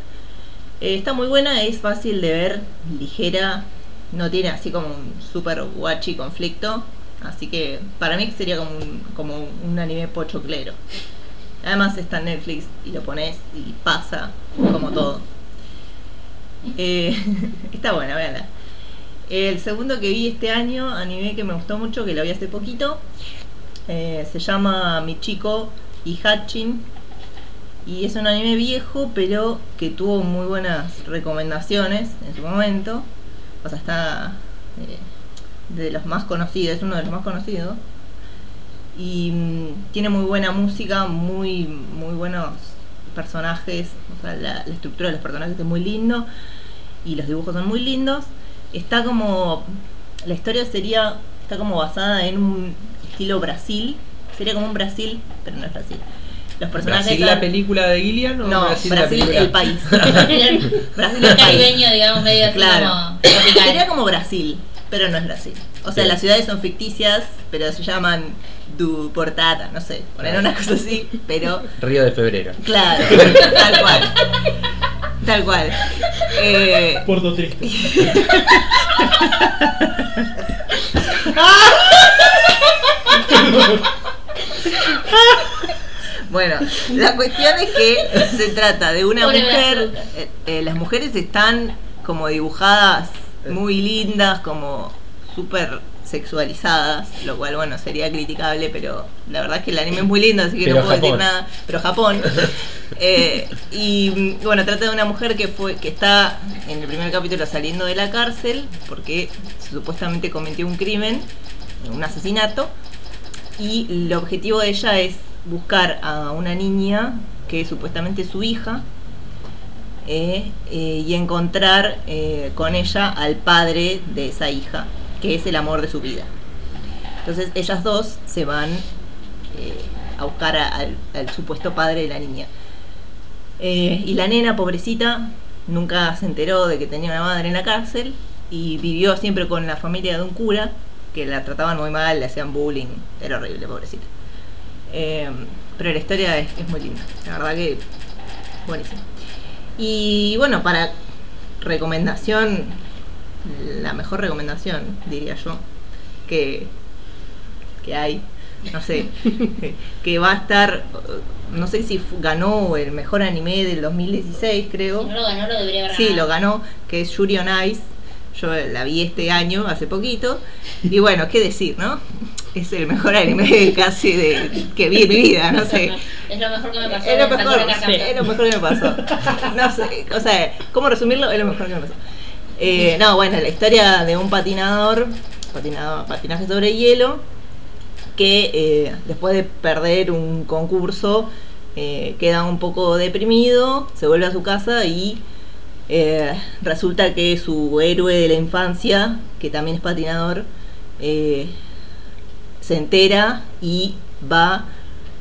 Speaker 4: Eh, está muy buena, es fácil de ver, ligera, no tiene así como un super guachi conflicto, así que para mí sería como un, como un anime pochoclero. Además está en Netflix y lo pones y pasa, como todo. Eh, está buena, véanla. El segundo que vi este año, anime que me gustó mucho, que lo vi hace poquito, eh, se llama Michiko y Hachin. Y es un anime viejo, pero que tuvo muy buenas recomendaciones en su momento. O sea, está eh, de los más conocidos, es uno de los más conocidos. Y mm, tiene muy buena música, muy, muy buenos personajes. O sea, la, la estructura de los personajes es muy lindo y los dibujos son muy lindos. Está como. La historia sería. Está como basada en un estilo Brasil. Sería como un Brasil, pero no es Brasil. Los personajes.
Speaker 1: ¿Brasil
Speaker 4: han-
Speaker 1: la película de Gillian o
Speaker 4: No,
Speaker 1: Brasil,
Speaker 4: Brasil,
Speaker 1: la película?
Speaker 4: el país. Brasil
Speaker 2: Un
Speaker 4: el país.
Speaker 2: caribeño, digamos, medio así
Speaker 4: Claro.
Speaker 2: como tropical.
Speaker 4: Sería como Brasil, pero no es Brasil. O sea,
Speaker 1: Sí.
Speaker 4: las ciudades son ficticias, pero se llaman Du Portada, no sé, poner una cosa así, pero
Speaker 1: Río de Febrero.
Speaker 4: claro, tal cual. Tal cual. Eh,
Speaker 3: Puerto Triste.
Speaker 4: Bueno, la cuestión es que se trata de una
Speaker 2: Pobre
Speaker 4: mujer,
Speaker 2: Brazuca.
Speaker 4: eh, eh, las mujeres están como dibujadas muy lindas, como súper sexualizadas, lo cual bueno sería criticable, pero la verdad es que el anime es muy lindo, así que
Speaker 1: Pero
Speaker 4: no puedo
Speaker 1: Japón.
Speaker 4: decir nada, pero Japón. Eh, y mm, bueno, trata de una mujer que fue, que está en el primer capítulo saliendo de la cárcel, porque supuestamente cometió un crimen, un asesinato, y el objetivo de ella es buscar a una niña que es supuestamente su hija eh, eh, y encontrar eh, con ella al padre de esa hija, que es el amor de su vida. Entonces ellas dos se van eh, a buscar a- al, al supuesto padre de la niña. Eh, y la nena, pobrecita, nunca se enteró de que tenía una madre en la cárcel y vivió siempre con la familia de un cura que la trataban muy mal, le hacían bullying, era horrible, pobrecita. Eh, pero la historia es, es muy linda, la verdad que buenísima. Y bueno, para recomendación, la mejor recomendación, diría yo, que, que hay, no sé, que va a estar, no sé si fu- ganó el mejor anime del 2016, creo.
Speaker 2: Si no lo ganó, lo debería haber
Speaker 4: Sí,
Speaker 2: ganado.
Speaker 4: lo ganó, que es Yuri on Ice. Yo la vi este año, hace poquito. Y bueno, qué decir, ¿no? Es el mejor anime casi de, que vi en mi vida, no sé.
Speaker 2: Es lo mejor que me pasó.
Speaker 4: Es lo
Speaker 2: de
Speaker 4: mejor,
Speaker 2: Sakura Card
Speaker 4: sí,
Speaker 2: Captor.
Speaker 4: es lo mejor que me pasó. No sé, o sea, ¿cómo resumirlo? Es lo mejor que me pasó. Eh, no, bueno, la historia de un patinador, patinador patinaje sobre hielo, que eh, después de perder un concurso eh, queda un poco deprimido, se vuelve a su casa y eh, resulta que su héroe de la infancia, que también es patinador, eh, se entera y va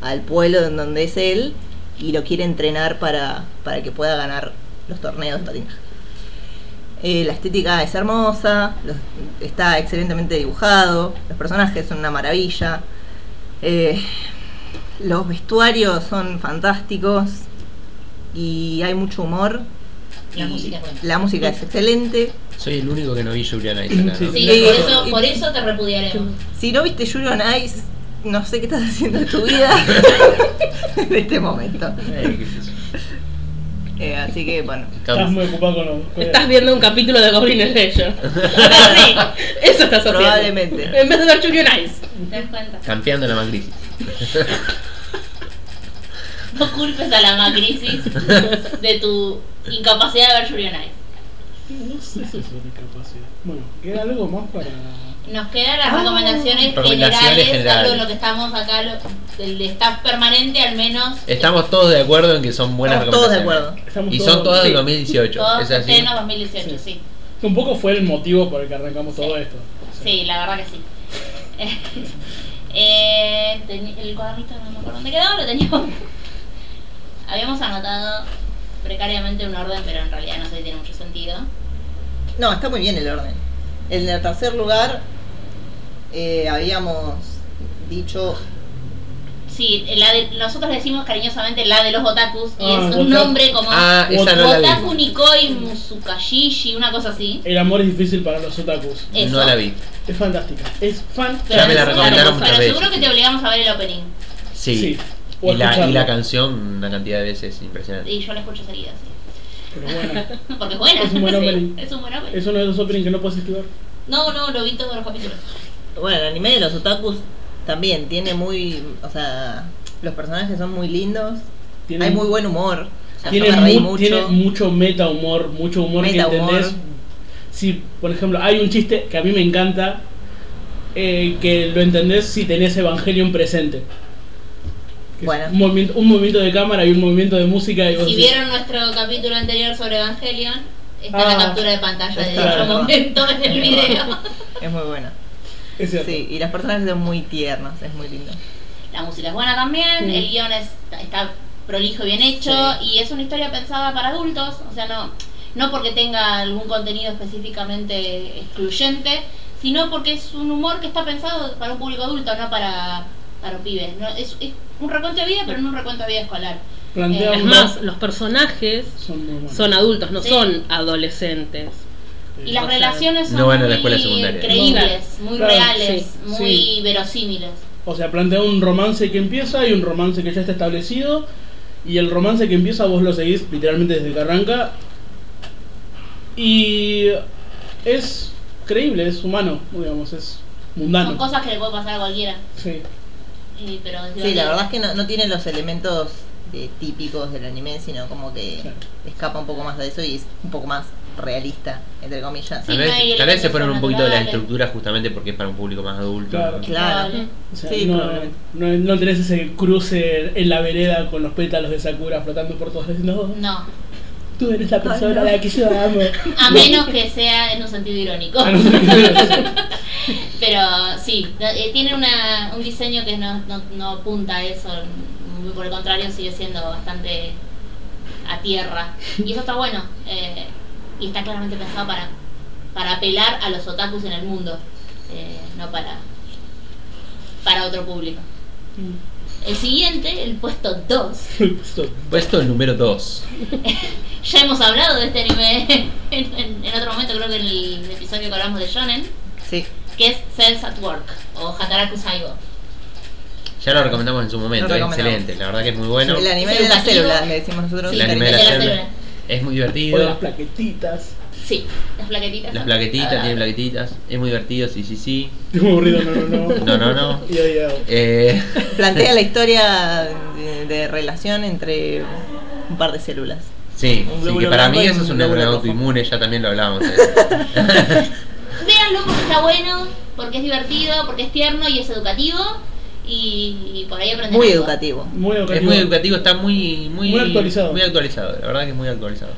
Speaker 4: al pueblo en donde es él y lo quiere entrenar para, para que pueda ganar los torneos de patinaje. Eh, la estética es hermosa, los- está excelentemente dibujado, los personajes son una maravilla, eh, los vestuarios son fantásticos y hay mucho humor.
Speaker 2: La
Speaker 4: y
Speaker 2: música es buena.
Speaker 4: la música es excelente.
Speaker 1: Soy el único que no vi Julian Ice acá, ¿no?
Speaker 2: Sí,
Speaker 4: Sí.
Speaker 2: por eso, por eso te repudiaremos.
Speaker 4: Si no viste Julio Nice, no sé qué estás haciendo de tu vida en este momento.
Speaker 1: Eh, qué sé yo.
Speaker 4: Eh, así que bueno.
Speaker 3: Estás
Speaker 1: Cam-
Speaker 3: muy ocupado con los. con-
Speaker 5: Estás viendo un capítulo de Goblin Slayer. sí, eso estás haciendo.
Speaker 4: Probablemente.
Speaker 5: En vez de ver Julian Ice.
Speaker 2: ¿Te das cuenta?
Speaker 1: Campeando la macrisis.
Speaker 2: No culpes a la macrisis de tu incapacidad de ver Yuri on Ice.
Speaker 3: No sé si es una incapacidad. Bueno, queda algo más para.
Speaker 2: Nos quedan las recomendaciones,
Speaker 1: Recomendaciones
Speaker 2: generales,
Speaker 1: generales.
Speaker 2: algo en lo que estamos acá, lo- del de staff permanente al menos.
Speaker 1: Estamos todos de acuerdo en que son buenas
Speaker 4: Estamos todos de
Speaker 1: recomendaciones.
Speaker 3: Estamos
Speaker 1: Y
Speaker 3: todos-
Speaker 1: son todas
Speaker 3: sí.
Speaker 1: del 2018.
Speaker 2: Todos
Speaker 1: Es así.
Speaker 2: estrenos 2018, sí. sí.
Speaker 3: Un poco fue el motivo por el que arrancamos todo
Speaker 2: Sí.
Speaker 3: esto.
Speaker 2: la verdad que sí. Eh, teni- el cuadernito no me acuerdo dónde quedó, lo teníamos. Habíamos anotado precariamente un orden, pero en realidad no sé si tiene mucho sentido.
Speaker 4: No, está muy bien el orden. En el tercer lugar, eh, habíamos dicho.
Speaker 2: Sí, la de- nosotros le decimos cariñosamente la de los otakus, y
Speaker 3: Ah,
Speaker 2: es
Speaker 3: otaku.
Speaker 2: un nombre como
Speaker 1: Ah, esa no la
Speaker 2: Otaku
Speaker 1: vi.
Speaker 2: Nikoi Musukashishi, una cosa así.
Speaker 3: El amor es difícil para los otakus.
Speaker 2: Eso.
Speaker 1: No la vi.
Speaker 3: Es fantástica. Es fantástica.
Speaker 1: Ya me la
Speaker 2: seguro-
Speaker 1: recomendaron muchas
Speaker 2: pero
Speaker 1: veces.
Speaker 2: seguro que te obligamos a ver el opening.
Speaker 1: Sí.
Speaker 3: Sí. O
Speaker 1: Y, la, y
Speaker 3: escucharlo.
Speaker 1: la canción una cantidad de veces impresionante.
Speaker 2: Y yo la escucho seguida, sí.
Speaker 3: Pero bueno,
Speaker 2: Porque es buena.
Speaker 3: Es un buen
Speaker 2: sí,
Speaker 3: opening.
Speaker 2: es un buen opening.
Speaker 3: es uno de esos openings que no puedes esquivar.
Speaker 2: No, no, lo vi todos los capítulos.
Speaker 4: Bueno, el anime de los otakus también tiene muy. O sea, los personajes son muy lindos.
Speaker 3: Tiene-
Speaker 4: hay muy buen humor. O sea,
Speaker 3: Tiene,
Speaker 4: yo me reí
Speaker 3: mu-
Speaker 4: mucho.
Speaker 3: tiene mucho meta humor, mucho humor que
Speaker 4: Metahumor.
Speaker 3: entendés. Si, por ejemplo, hay un chiste que a mí me encanta, eh, que lo entendés si tenés Evangelion presente. Que es
Speaker 4: Bueno.
Speaker 3: Un movimiento, un movimiento de cámara y un movimiento de música. Y vos
Speaker 2: Si
Speaker 3: decís,
Speaker 2: vieron nuestro capítulo anterior sobre Evangelion, está
Speaker 3: Ah,
Speaker 2: la captura de pantalla de
Speaker 4: está,
Speaker 2: dicho
Speaker 4: ¿no?
Speaker 2: momento en el video.
Speaker 4: Es muy buena.
Speaker 3: Es cierto.
Speaker 4: Sí, y las personajes son muy tiernas, es muy lindo.
Speaker 2: La música es buena también,
Speaker 3: Sí.
Speaker 2: el guión es- está prolijo y bien hecho,
Speaker 4: Sí.
Speaker 2: y es una historia pensada para adultos, o sea, no, no porque tenga algún contenido específicamente excluyente, sino porque es un humor que está pensado para un público adulto, no para, para pibes. No, es, es un recuento de vida, pero no un recuento de vida escolar.
Speaker 3: Plantea
Speaker 2: Eh,
Speaker 5: Es
Speaker 3: un-
Speaker 5: más, los personajes
Speaker 3: Son muy buenos.
Speaker 5: son adultos, no
Speaker 2: Sí.
Speaker 5: son adolescentes.
Speaker 2: Y las
Speaker 5: O sea,
Speaker 2: relaciones son
Speaker 1: no van a la
Speaker 2: muy
Speaker 1: escuela secundaria.
Speaker 2: creíbles, muy
Speaker 3: Claro,
Speaker 2: reales,
Speaker 5: sí,
Speaker 2: muy
Speaker 3: sí.
Speaker 2: verosímiles.
Speaker 3: O sea, plantea un romance que empieza y un romance que ya está establecido. Y el romance que empieza vos lo seguís literalmente desde que arranca. Y es creíble, es humano, digamos, es
Speaker 2: Son
Speaker 3: mundano.
Speaker 2: cosas que le puede pasar a cualquiera.
Speaker 3: Sí.
Speaker 2: y- pero desde
Speaker 4: Sí, la
Speaker 2: ahí-
Speaker 4: verdad es que no, no tiene los elementos eh, típicos del anime, sino como que
Speaker 3: Claro.
Speaker 4: escapa un poco más de eso y es un poco más realista, entre comillas.
Speaker 2: Sí,
Speaker 1: Tal
Speaker 2: no hay
Speaker 1: vez, tal vez se
Speaker 2: elementos
Speaker 1: ponen un poquito de las
Speaker 2: naturales.
Speaker 1: estructuras justamente porque es para un público más adulto.
Speaker 3: Claro.
Speaker 1: ¿no?
Speaker 4: Claro.
Speaker 2: Vale.
Speaker 3: O sea,
Speaker 4: Sí,
Speaker 3: no,
Speaker 4: probablemente.
Speaker 3: no, no tenés ese cruce en la vereda con los pétalos de Sakura flotando por todos lados. No,
Speaker 2: No,
Speaker 3: tú eres la persona
Speaker 4: no.
Speaker 3: a la que yo amo.
Speaker 2: a menos que sea en un sentido irónico.
Speaker 3: A Ah, no ser que-
Speaker 2: Pero sí, da- eh, tiene una, un diseño que no, no, no apunta a eso, muy por el contrario sigue siendo bastante a tierra. Y eso está bueno, eh, y está claramente pensado para, para apelar a los otakus en el mundo, eh, no para, para otro público. El siguiente, el puesto 2.
Speaker 3: Stop.
Speaker 1: Puesto número 2.
Speaker 2: Ya hemos hablado de este anime en, en- en otro momento, creo que en el episodio que hablamos de Shonen,
Speaker 4: Sí,
Speaker 2: que es Cells at Work o Hataraku Saibo.
Speaker 1: Ya lo recomendamos en su momento,
Speaker 4: Lo
Speaker 1: eh,
Speaker 4: recomendamos.
Speaker 1: excelente. La verdad que es muy bueno.
Speaker 4: el anime
Speaker 2: es
Speaker 4: de las
Speaker 2: educativo.
Speaker 4: células, le decimos nosotros.
Speaker 2: Sí,
Speaker 1: el anime de la
Speaker 2: de la
Speaker 1: célula.
Speaker 2: célula.
Speaker 1: Es muy
Speaker 3: O las
Speaker 1: divertido.
Speaker 3: plaquetitas.
Speaker 2: Sí, las plaquetitas.
Speaker 1: Las
Speaker 2: son-
Speaker 1: plaquetitas,
Speaker 2: Ah,
Speaker 1: tiene plaquetitas. Es muy divertido, sí, sí, sí.
Speaker 3: Estoy aburrido, no, no, no.
Speaker 1: No, no, no.
Speaker 3: Yo, yo.
Speaker 1: Eh,
Speaker 4: Plantea la historia de, de relación entre un par de células.
Speaker 1: sí,
Speaker 4: Un
Speaker 1: sí,
Speaker 4: glóbulo
Speaker 1: que para
Speaker 4: blanco
Speaker 1: mí
Speaker 4: y
Speaker 1: eso es
Speaker 4: un
Speaker 1: una enfermedad
Speaker 4: glóbulo rojo.
Speaker 1: autoinmune, ya también lo hablábamos. eh.
Speaker 2: Véanlo porque está bueno, porque es divertido, porque es tierno y es educativo. Y, y por ahí aprenden.
Speaker 4: Muy
Speaker 2: algo.
Speaker 4: educativo.
Speaker 3: Muy educativo.
Speaker 1: es muy educativo, está muy, muy,
Speaker 3: Muy actualizado.
Speaker 1: muy actualizado, la verdad que es muy actualizado.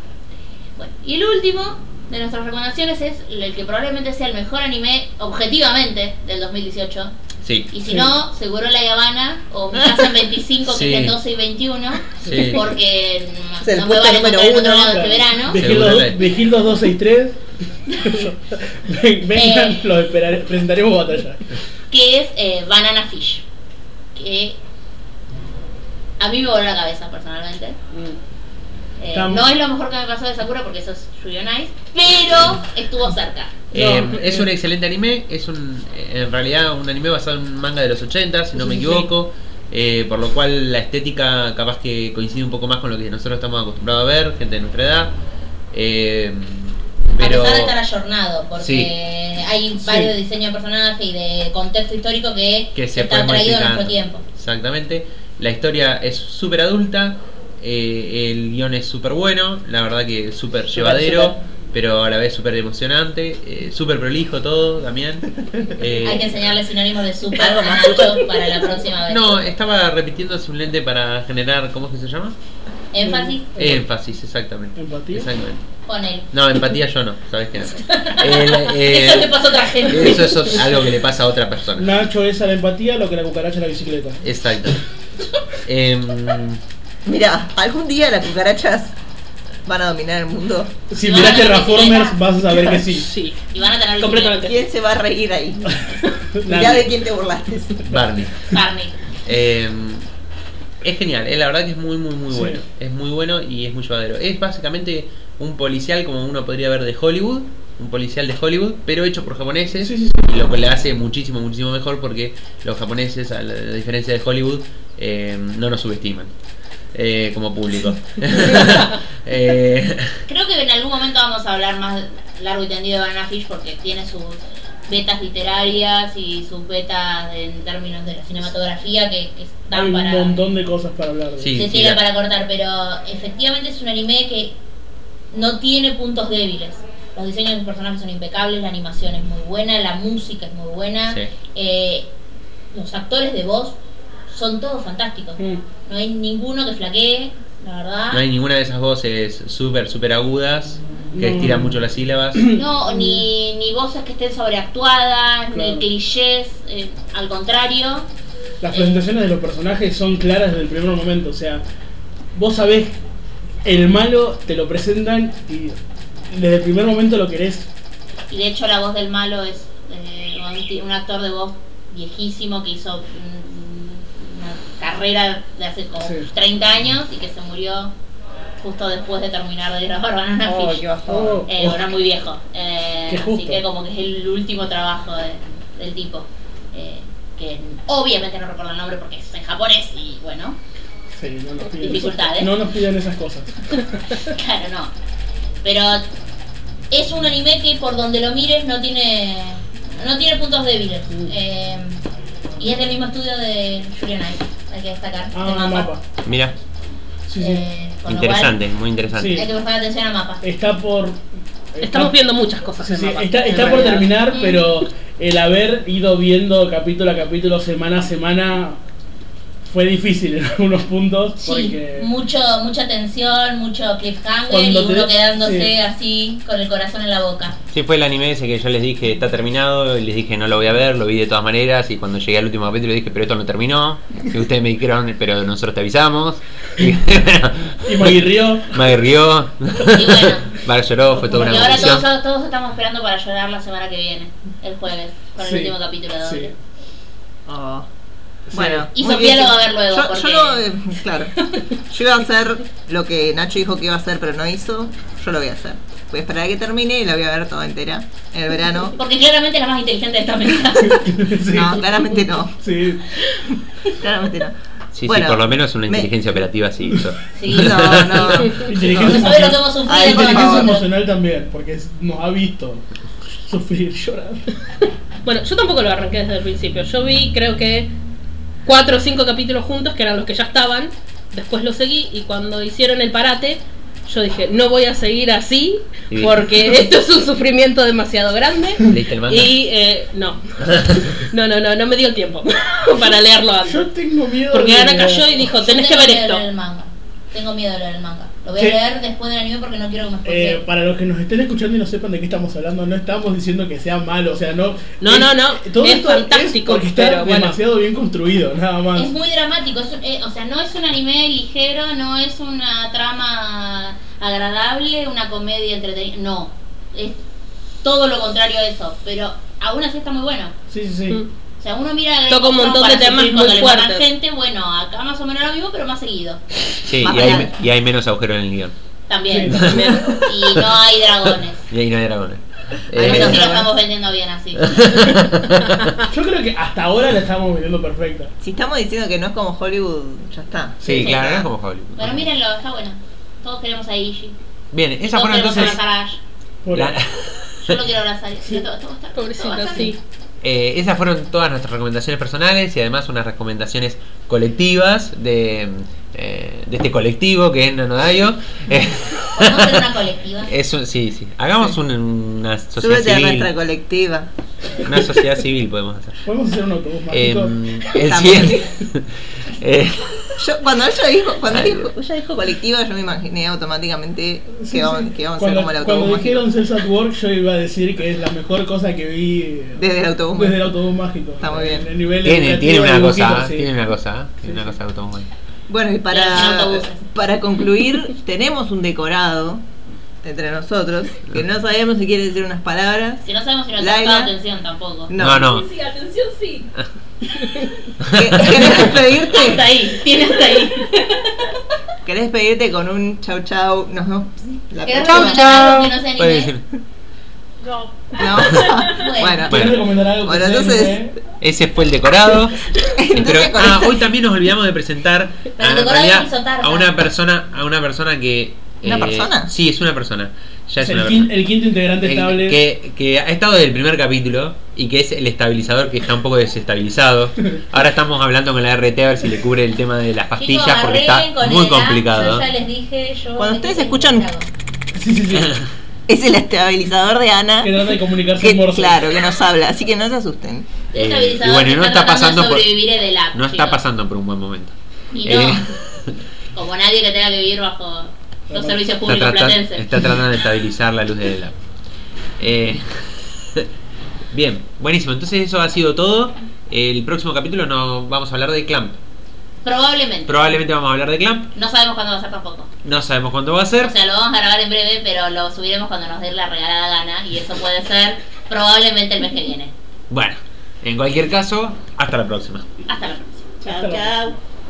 Speaker 2: Bueno, y el último de nuestras recomendaciones es el que probablemente sea el mejor anime objetivamente del 2018.
Speaker 1: Sí,
Speaker 2: Y si
Speaker 3: Sí.
Speaker 2: no, seguro La Habana o Mi Casa en 25, que
Speaker 1: Sí.
Speaker 2: es el 12 y 21.
Speaker 1: Sí.
Speaker 2: Porque mm,
Speaker 4: Es el
Speaker 2: no me
Speaker 4: puesto
Speaker 2: vale
Speaker 4: número
Speaker 2: encontrar en
Speaker 4: uno.
Speaker 2: otro lado este
Speaker 3: Claro.
Speaker 2: verano.
Speaker 3: De
Speaker 1: Seguro
Speaker 3: Gildo-
Speaker 1: que-
Speaker 3: de Gildo 263. Ven- Vengan,
Speaker 2: Eh.
Speaker 3: los esperaré- presentaremos batalla.
Speaker 2: que es eh, Banana Fish. Que a mí me voló la cabeza personalmente. Eh,
Speaker 3: Tam-
Speaker 2: no es lo mejor que me pasó de Sakura porque eso es Yuri on Ice, pero estuvo cerca.
Speaker 1: Eh,
Speaker 3: No,
Speaker 1: es
Speaker 3: eh.
Speaker 1: un excelente anime, es un eh, en realidad un anime basado en un manga de los 80, si no
Speaker 3: Sí,
Speaker 1: me
Speaker 3: sí,
Speaker 1: equivoco, eh, por lo cual la estética capaz que coincide un poco más con lo que nosotros estamos acostumbrados a ver, gente de nuestra edad. eh, pero
Speaker 2: A pesar de estar ayornado, porque
Speaker 1: Sí.
Speaker 2: hay
Speaker 3: Sí.
Speaker 2: varios diseños de personajes y de contexto histórico que,
Speaker 1: que se
Speaker 2: está
Speaker 1: fue
Speaker 2: traído a nuestro
Speaker 1: modificando.
Speaker 2: tiempo.
Speaker 1: Exactamente. La historia es súper adulta, eh, el guión es súper bueno, la verdad que súper llevadero,
Speaker 3: súper.
Speaker 1: pero a la vez súper emocionante, eh, súper prolijo todo también. Eh,
Speaker 2: Hay que enseñarle sinónimos de super a
Speaker 4: Algo más
Speaker 2: Nacho para la próxima vez.
Speaker 1: no, eh, estaba repitiendo simplemente para generar, ¿cómo es que se llama?
Speaker 2: Énfasis
Speaker 1: Énfasis, exactamente.
Speaker 3: ¿Empatía?
Speaker 1: Exactamente.
Speaker 2: con él.
Speaker 1: No, empatía yo no, sabes que no. El, eh,
Speaker 2: Eso le pasó a otra gente.
Speaker 1: eso es ot- algo que le pasa a otra persona.
Speaker 3: Nacho es a la empatía lo que la cucaracha a la bicicleta.
Speaker 1: Exacto. Em,
Speaker 4: Mira, algún día las cucarachas van a dominar el mundo.
Speaker 3: Si
Speaker 2: No,
Speaker 3: miraste
Speaker 2: no, no,
Speaker 3: Transformers
Speaker 2: no.
Speaker 3: vas a saber que sí.
Speaker 5: Sí,
Speaker 2: Y van a tener
Speaker 5: completamente.
Speaker 4: ¿Quién se va a reír ahí? Mirá
Speaker 3: Nadie.
Speaker 4: de quién te burlaste.
Speaker 1: Barney.
Speaker 2: Barney.
Speaker 1: Em, es genial, eh, la verdad que es muy, muy, muy
Speaker 3: Sí.
Speaker 1: bueno. Es muy bueno y es muy llevadero. Es básicamente un policial como uno podría ver de Hollywood, un policial de Hollywood, pero hecho por japoneses,
Speaker 3: Sí, sí,
Speaker 1: y lo que le hace muchísimo, muchísimo mejor porque los japoneses, a la la diferencia de Hollywood, em, no nos subestiman. eh, como público. Eh,
Speaker 2: Creo que en algún momento vamos a hablar más largo y tendido de Banana Fish porque tiene sus vetas literarias y sus vetas en términos de la cinematografía que, que
Speaker 3: Hay
Speaker 2: están
Speaker 3: un
Speaker 2: para.
Speaker 3: montón de cosas para hablar. de-
Speaker 1: Sí.
Speaker 2: se tiene
Speaker 1: la-
Speaker 2: para cortar, pero efectivamente es un anime que no tiene puntos débiles. Los diseños de los personajes son impecables, la animación es muy buena, la música es muy buena,
Speaker 1: Sí.
Speaker 2: eh, los actores de voz son todos fantásticos.
Speaker 3: Mm.
Speaker 2: No hay ninguno que flaquee, la verdad.
Speaker 1: no hay ninguna de esas voces súper, súper agudas que
Speaker 3: No.
Speaker 1: estiran mucho las sílabas.
Speaker 2: No, ni, ni voces que estén sobreactuadas,
Speaker 3: Claro.
Speaker 2: ni clichés, eh, al contrario.
Speaker 3: Las presentaciones de los personajes son claras desde el primer momento. O sea, vos sabés, el malo te lo presentan y desde el primer momento lo querés.
Speaker 2: Y de hecho la voz del malo es eh, un ti- un actor de voz viejísimo que hizo mm, una carrera de hace como
Speaker 3: Sí.
Speaker 2: 30 años y que se murió justo después de terminar de grabar Banana
Speaker 4: Oh,
Speaker 2: Fish.
Speaker 4: qué bajón.
Speaker 3: Oh,
Speaker 2: Eh,
Speaker 3: oh.
Speaker 2: era muy viejo. Eh,
Speaker 3: Qué
Speaker 2: así
Speaker 3: justo.
Speaker 2: que como que es el último trabajo de- del tipo. Eh, que obviamente no recuerdo el nombre porque es en japonés y bueno,
Speaker 3: Sí, no nos piden
Speaker 2: Dificultades.
Speaker 3: No nos piden esas cosas.
Speaker 2: Claro, no. Pero es un anime que por donde lo mires no tiene no tiene puntos débiles.
Speaker 3: Mm.
Speaker 2: Eh, y es del mismo estudio de Julian Ice, hay que destacar. de
Speaker 3: Ah, mapa.
Speaker 1: Mira,
Speaker 3: Sí, sí.
Speaker 2: Eh, con lo
Speaker 1: interesante, muy interesante.
Speaker 2: cual, hay que prestar atención a mapa.
Speaker 3: Está por.
Speaker 5: Estamos
Speaker 3: está-
Speaker 5: viendo muchas cosas.
Speaker 3: Sí,
Speaker 5: en
Speaker 3: sí,
Speaker 5: mapa,
Speaker 3: está,
Speaker 5: en
Speaker 3: está por
Speaker 5: realidad.
Speaker 3: terminar,
Speaker 2: Mm.
Speaker 3: pero el haber ido viendo capítulo a capítulo, semana a semana, fue difícil en algunos puntos.
Speaker 2: Sí,
Speaker 3: Porque
Speaker 2: mucho, mucha tensión, mucho cliffhanger y
Speaker 3: Cuando te-
Speaker 2: uno quedándose
Speaker 3: sí.
Speaker 2: así con el corazón en la boca.
Speaker 1: Sí, fue el anime ese que yo les dije, está terminado, y les dije no lo voy a ver, lo vi de todas maneras, y cuando llegué al último capítulo dije, pero esto no terminó, y ustedes me dijeron, pero nosotros te avisamos, y
Speaker 3: Y me guirrió.
Speaker 1: Maggie rió,
Speaker 2: Y bueno,
Speaker 1: Maggie lloró, fue toda
Speaker 2: y
Speaker 1: una
Speaker 2: ahora
Speaker 1: confusión.
Speaker 2: todos, todos estamos esperando para llorar la semana que viene, el jueves, con el
Speaker 3: Sí,
Speaker 2: último capítulo de
Speaker 3: sí.
Speaker 2: Doble.
Speaker 1: Ah.
Speaker 4: Oh. Bueno,
Speaker 2: Y
Speaker 4: muy
Speaker 2: Sofía
Speaker 4: bien.
Speaker 2: lo va a ver luego,
Speaker 4: Yo,
Speaker 2: porque-
Speaker 4: yo lo- eh, claro. Yo iba a hacer lo que Nacho dijo que iba a hacer, pero no hizo. Yo lo voy a hacer. Voy a esperar a que termine y la voy a ver toda entera en el verano.
Speaker 2: Porque claramente es la más inteligente de esta mesa.
Speaker 3: Sí.
Speaker 4: No, claramente no.
Speaker 3: Sí.
Speaker 4: Claramente no.
Speaker 1: Sí,
Speaker 4: Bueno,
Speaker 1: sí, por lo menos una
Speaker 4: me-
Speaker 1: inteligencia operativa sí hizo.
Speaker 2: Sí,
Speaker 4: No, no.
Speaker 3: Inteligencia,
Speaker 2: No sabe lo que
Speaker 3: emocional.
Speaker 2: hemos sufrido con
Speaker 4: Ay, por
Speaker 3: Inteligencia
Speaker 4: favor.
Speaker 2: nosotros.
Speaker 3: emocional también, porque es- nos ha visto sufrir, llorar.
Speaker 5: Bueno, yo tampoco lo arranqué desde el principio. Yo vi, creo que, cuatro o cinco capítulos juntos, que eran los que ya estaban. Después lo seguí y cuando hicieron el parate, yo dije, no voy a seguir así
Speaker 1: Y-
Speaker 5: porque esto es un sufrimiento demasiado grande.
Speaker 1: ¿Leíste el manga?
Speaker 5: Y eh, no. No, no, no, no me dio el tiempo para leerlo antes.
Speaker 3: Yo tengo miedo.
Speaker 5: Porque
Speaker 3: de-
Speaker 5: Ana cayó y dijo,
Speaker 2: Yo
Speaker 5: tenés que
Speaker 2: tengo
Speaker 5: ver
Speaker 2: miedo de
Speaker 5: esto.
Speaker 2: leer el manga. Tengo miedo de leer el manga. Lo voy a
Speaker 3: Sí.
Speaker 2: leer después del anime porque no quiero que me
Speaker 3: Eh,
Speaker 2: spoileen.
Speaker 3: para los que nos estén escuchando y no sepan de qué estamos hablando, no estamos diciendo que sea malo, o sea, no.
Speaker 5: No,
Speaker 3: es-
Speaker 5: no, no,
Speaker 3: Todo
Speaker 5: es
Speaker 3: esto
Speaker 5: fantástico,
Speaker 3: porque está
Speaker 5: pero bueno.
Speaker 3: demasiado bien construido, nada más.
Speaker 2: Es muy dramático, es un- eh, o sea, no es un anime ligero, no es una trama agradable, una comedia entretenida, no. Es todo lo contrario a eso, pero aún así está muy bueno.
Speaker 3: Sí, sí, sí.
Speaker 5: Mm.
Speaker 2: O sea, uno mira a
Speaker 5: Toca un montón
Speaker 2: para
Speaker 5: de temas
Speaker 2: sufrir
Speaker 5: muy
Speaker 2: cuando le matan
Speaker 5: fuertes.
Speaker 2: gente, bueno, acá más o menos lo mismo, pero más seguido.
Speaker 1: Sí,
Speaker 4: más
Speaker 1: y hay,
Speaker 4: real.
Speaker 1: me- y hay menos agujeros en el guión.
Speaker 2: También.
Speaker 3: Sí,
Speaker 5: también.
Speaker 2: Y no hay dragones.
Speaker 1: Y ahí no hay dragones.
Speaker 2: A
Speaker 1: Eh,
Speaker 2: nosotros sí lo
Speaker 4: dragones.
Speaker 2: estamos vendiendo bien así.
Speaker 5: Ah.
Speaker 3: Yo creo que hasta ahora la estamos viviendo perfecta.
Speaker 4: Si estamos diciendo que no es como Hollywood, ya está.
Speaker 1: sí, claro, no es como Hollywood.
Speaker 2: Pero mírenlo, está bueno. Todos queremos a Ishi.
Speaker 1: Bien, esa
Speaker 2: Todos
Speaker 1: fueron
Speaker 2: queremos
Speaker 1: entonces...
Speaker 2: abrazar a Ash.
Speaker 3: Por
Speaker 1: la-
Speaker 3: ahí.
Speaker 2: Yo lo quiero abrazar. Sí, todo- todo está- todo
Speaker 5: Pobrecito,
Speaker 2: está
Speaker 5: sí.
Speaker 2: bien.
Speaker 1: eh, esas fueron todas nuestras recomendaciones personales y además unas recomendaciones colectivas de, eh, de este colectivo que es Nanodayo. Eh,
Speaker 2: Podemos hacer una colectiva.
Speaker 1: es un- sí, sí. Hagamos un- una sociedad
Speaker 4: Súbete a
Speaker 1: civil.
Speaker 4: nuestra colectiva.
Speaker 1: Una sociedad civil podemos hacer.
Speaker 3: Podemos hacer un autobús
Speaker 1: Em,
Speaker 3: mágico.
Speaker 1: el
Speaker 4: También.
Speaker 1: siguiente. Eh,
Speaker 4: Yo, cuando ella dijo, cuando
Speaker 1: Ay,
Speaker 4: dijo, ella dijo colectiva, yo me imaginé automáticamente que,
Speaker 3: Sí,
Speaker 4: vamos,
Speaker 3: sí.
Speaker 4: que vamos a ser
Speaker 3: cuando,
Speaker 4: como el
Speaker 3: cuando
Speaker 4: autobús. mágico.
Speaker 3: dijeron Cells at Work, yo iba a decir que es la mejor cosa que vi eh,
Speaker 4: Desde el autobús
Speaker 3: desde el
Speaker 4: mágico.
Speaker 3: autobús mágico.
Speaker 4: Está muy bien.
Speaker 3: El nivel
Speaker 1: tiene,
Speaker 3: educativo
Speaker 1: tiene
Speaker 3: de
Speaker 1: una
Speaker 3: dibujitos,
Speaker 1: cosa,
Speaker 3: sí.
Speaker 1: tiene una cosa,
Speaker 3: Sí,
Speaker 1: tiene una
Speaker 3: sí.
Speaker 1: cosa automóvil.
Speaker 4: Bueno, y
Speaker 2: Pero
Speaker 4: para,
Speaker 2: sin autobuses.
Speaker 4: para concluir, tenemos un decorado entre nosotros que no sabemos si quiere decir unas palabras.
Speaker 2: Si no sabemos si nos
Speaker 4: Laila.
Speaker 2: ha prestado atención tampoco.
Speaker 1: No, no.
Speaker 6: Sí, sí, atención, sí.
Speaker 4: ¿Qué- ¿Querés
Speaker 2: Hasta
Speaker 4: despedirte?
Speaker 2: ahí, tiene hasta ahí.
Speaker 4: ¿Querés despedirte con un chau chau? Nos vemos la
Speaker 2: ¿Querés
Speaker 4: próxima.
Speaker 2: recomendar algo que no sea
Speaker 1: Puede
Speaker 2: anime?
Speaker 1: decir,
Speaker 6: No.
Speaker 4: No. bueno,
Speaker 1: Bueno.
Speaker 3: ¿Quieres recomendar algo?
Speaker 4: Bueno,
Speaker 3: que sea
Speaker 4: entonces-
Speaker 3: anime?
Speaker 1: ese fue el decorado. Pero
Speaker 4: Entonces, con
Speaker 1: ah,
Speaker 4: esta-
Speaker 1: hoy también nos olvidamos de presentar
Speaker 2: Pero
Speaker 1: a,
Speaker 2: el
Speaker 1: en
Speaker 2: decorado
Speaker 1: realidad,
Speaker 2: es un sotar,
Speaker 1: a
Speaker 2: ¿no?
Speaker 1: una persona, a una persona que eh,
Speaker 4: ¿Una persona?
Speaker 1: Sí, es una persona. Ya es
Speaker 3: el,
Speaker 1: una
Speaker 3: quin-
Speaker 1: persona.
Speaker 3: el quinto integrante
Speaker 1: El-
Speaker 3: estable.
Speaker 1: que, que ha estado desde el primer capítulo y que es el estabilizador que está un poco desestabilizado. Ahora estamos hablando con la RT a ver si le cubre el tema de las pastillas
Speaker 2: Chicos,
Speaker 1: porque está
Speaker 2: arreglen con
Speaker 1: muy
Speaker 2: el A,
Speaker 1: complicado. Eh,
Speaker 2: Yo ya les dije, yo
Speaker 4: Cuando
Speaker 2: les
Speaker 4: ustedes
Speaker 2: dije,
Speaker 4: escuchan-
Speaker 2: hago.
Speaker 3: Sí, sí, sí.
Speaker 4: es el estabilizador de Ana.
Speaker 3: que trata de comunicarse en
Speaker 4: Que,
Speaker 3: morse.
Speaker 4: claro, que nos habla, así que no se asusten.
Speaker 1: Eh,
Speaker 2: Estabilizador
Speaker 1: y bueno,
Speaker 2: Este que
Speaker 1: no está
Speaker 2: tratando
Speaker 1: pasando
Speaker 2: de
Speaker 1: por-
Speaker 2: sobrevivir en el app,
Speaker 1: No está
Speaker 2: chicos.
Speaker 1: pasando por un buen momento.
Speaker 2: Y
Speaker 1: Eh,
Speaker 2: no, como nadie que tenga que vivir bajo los servicios
Speaker 1: está,
Speaker 2: públicos
Speaker 1: tratan-
Speaker 2: platenses.
Speaker 1: está tratando de estabilizar la luz del lab. Eh, bien, buenísimo. Entonces eso ha sido todo. El próximo capítulo no vamos a hablar de Clamp.
Speaker 2: Probablemente.
Speaker 1: Probablemente vamos a hablar de Clamp.
Speaker 2: no sabemos cuándo va a ser tampoco.
Speaker 1: No sabemos cuándo va a ser.
Speaker 2: O sea, lo vamos a grabar en breve, pero lo subiremos cuando nos dé la regalada gana. Y eso puede ser probablemente el mes que viene.
Speaker 1: Bueno, en cualquier caso, hasta la próxima.
Speaker 2: Hasta la próxima.
Speaker 3: Hasta la próxima.
Speaker 4: chau.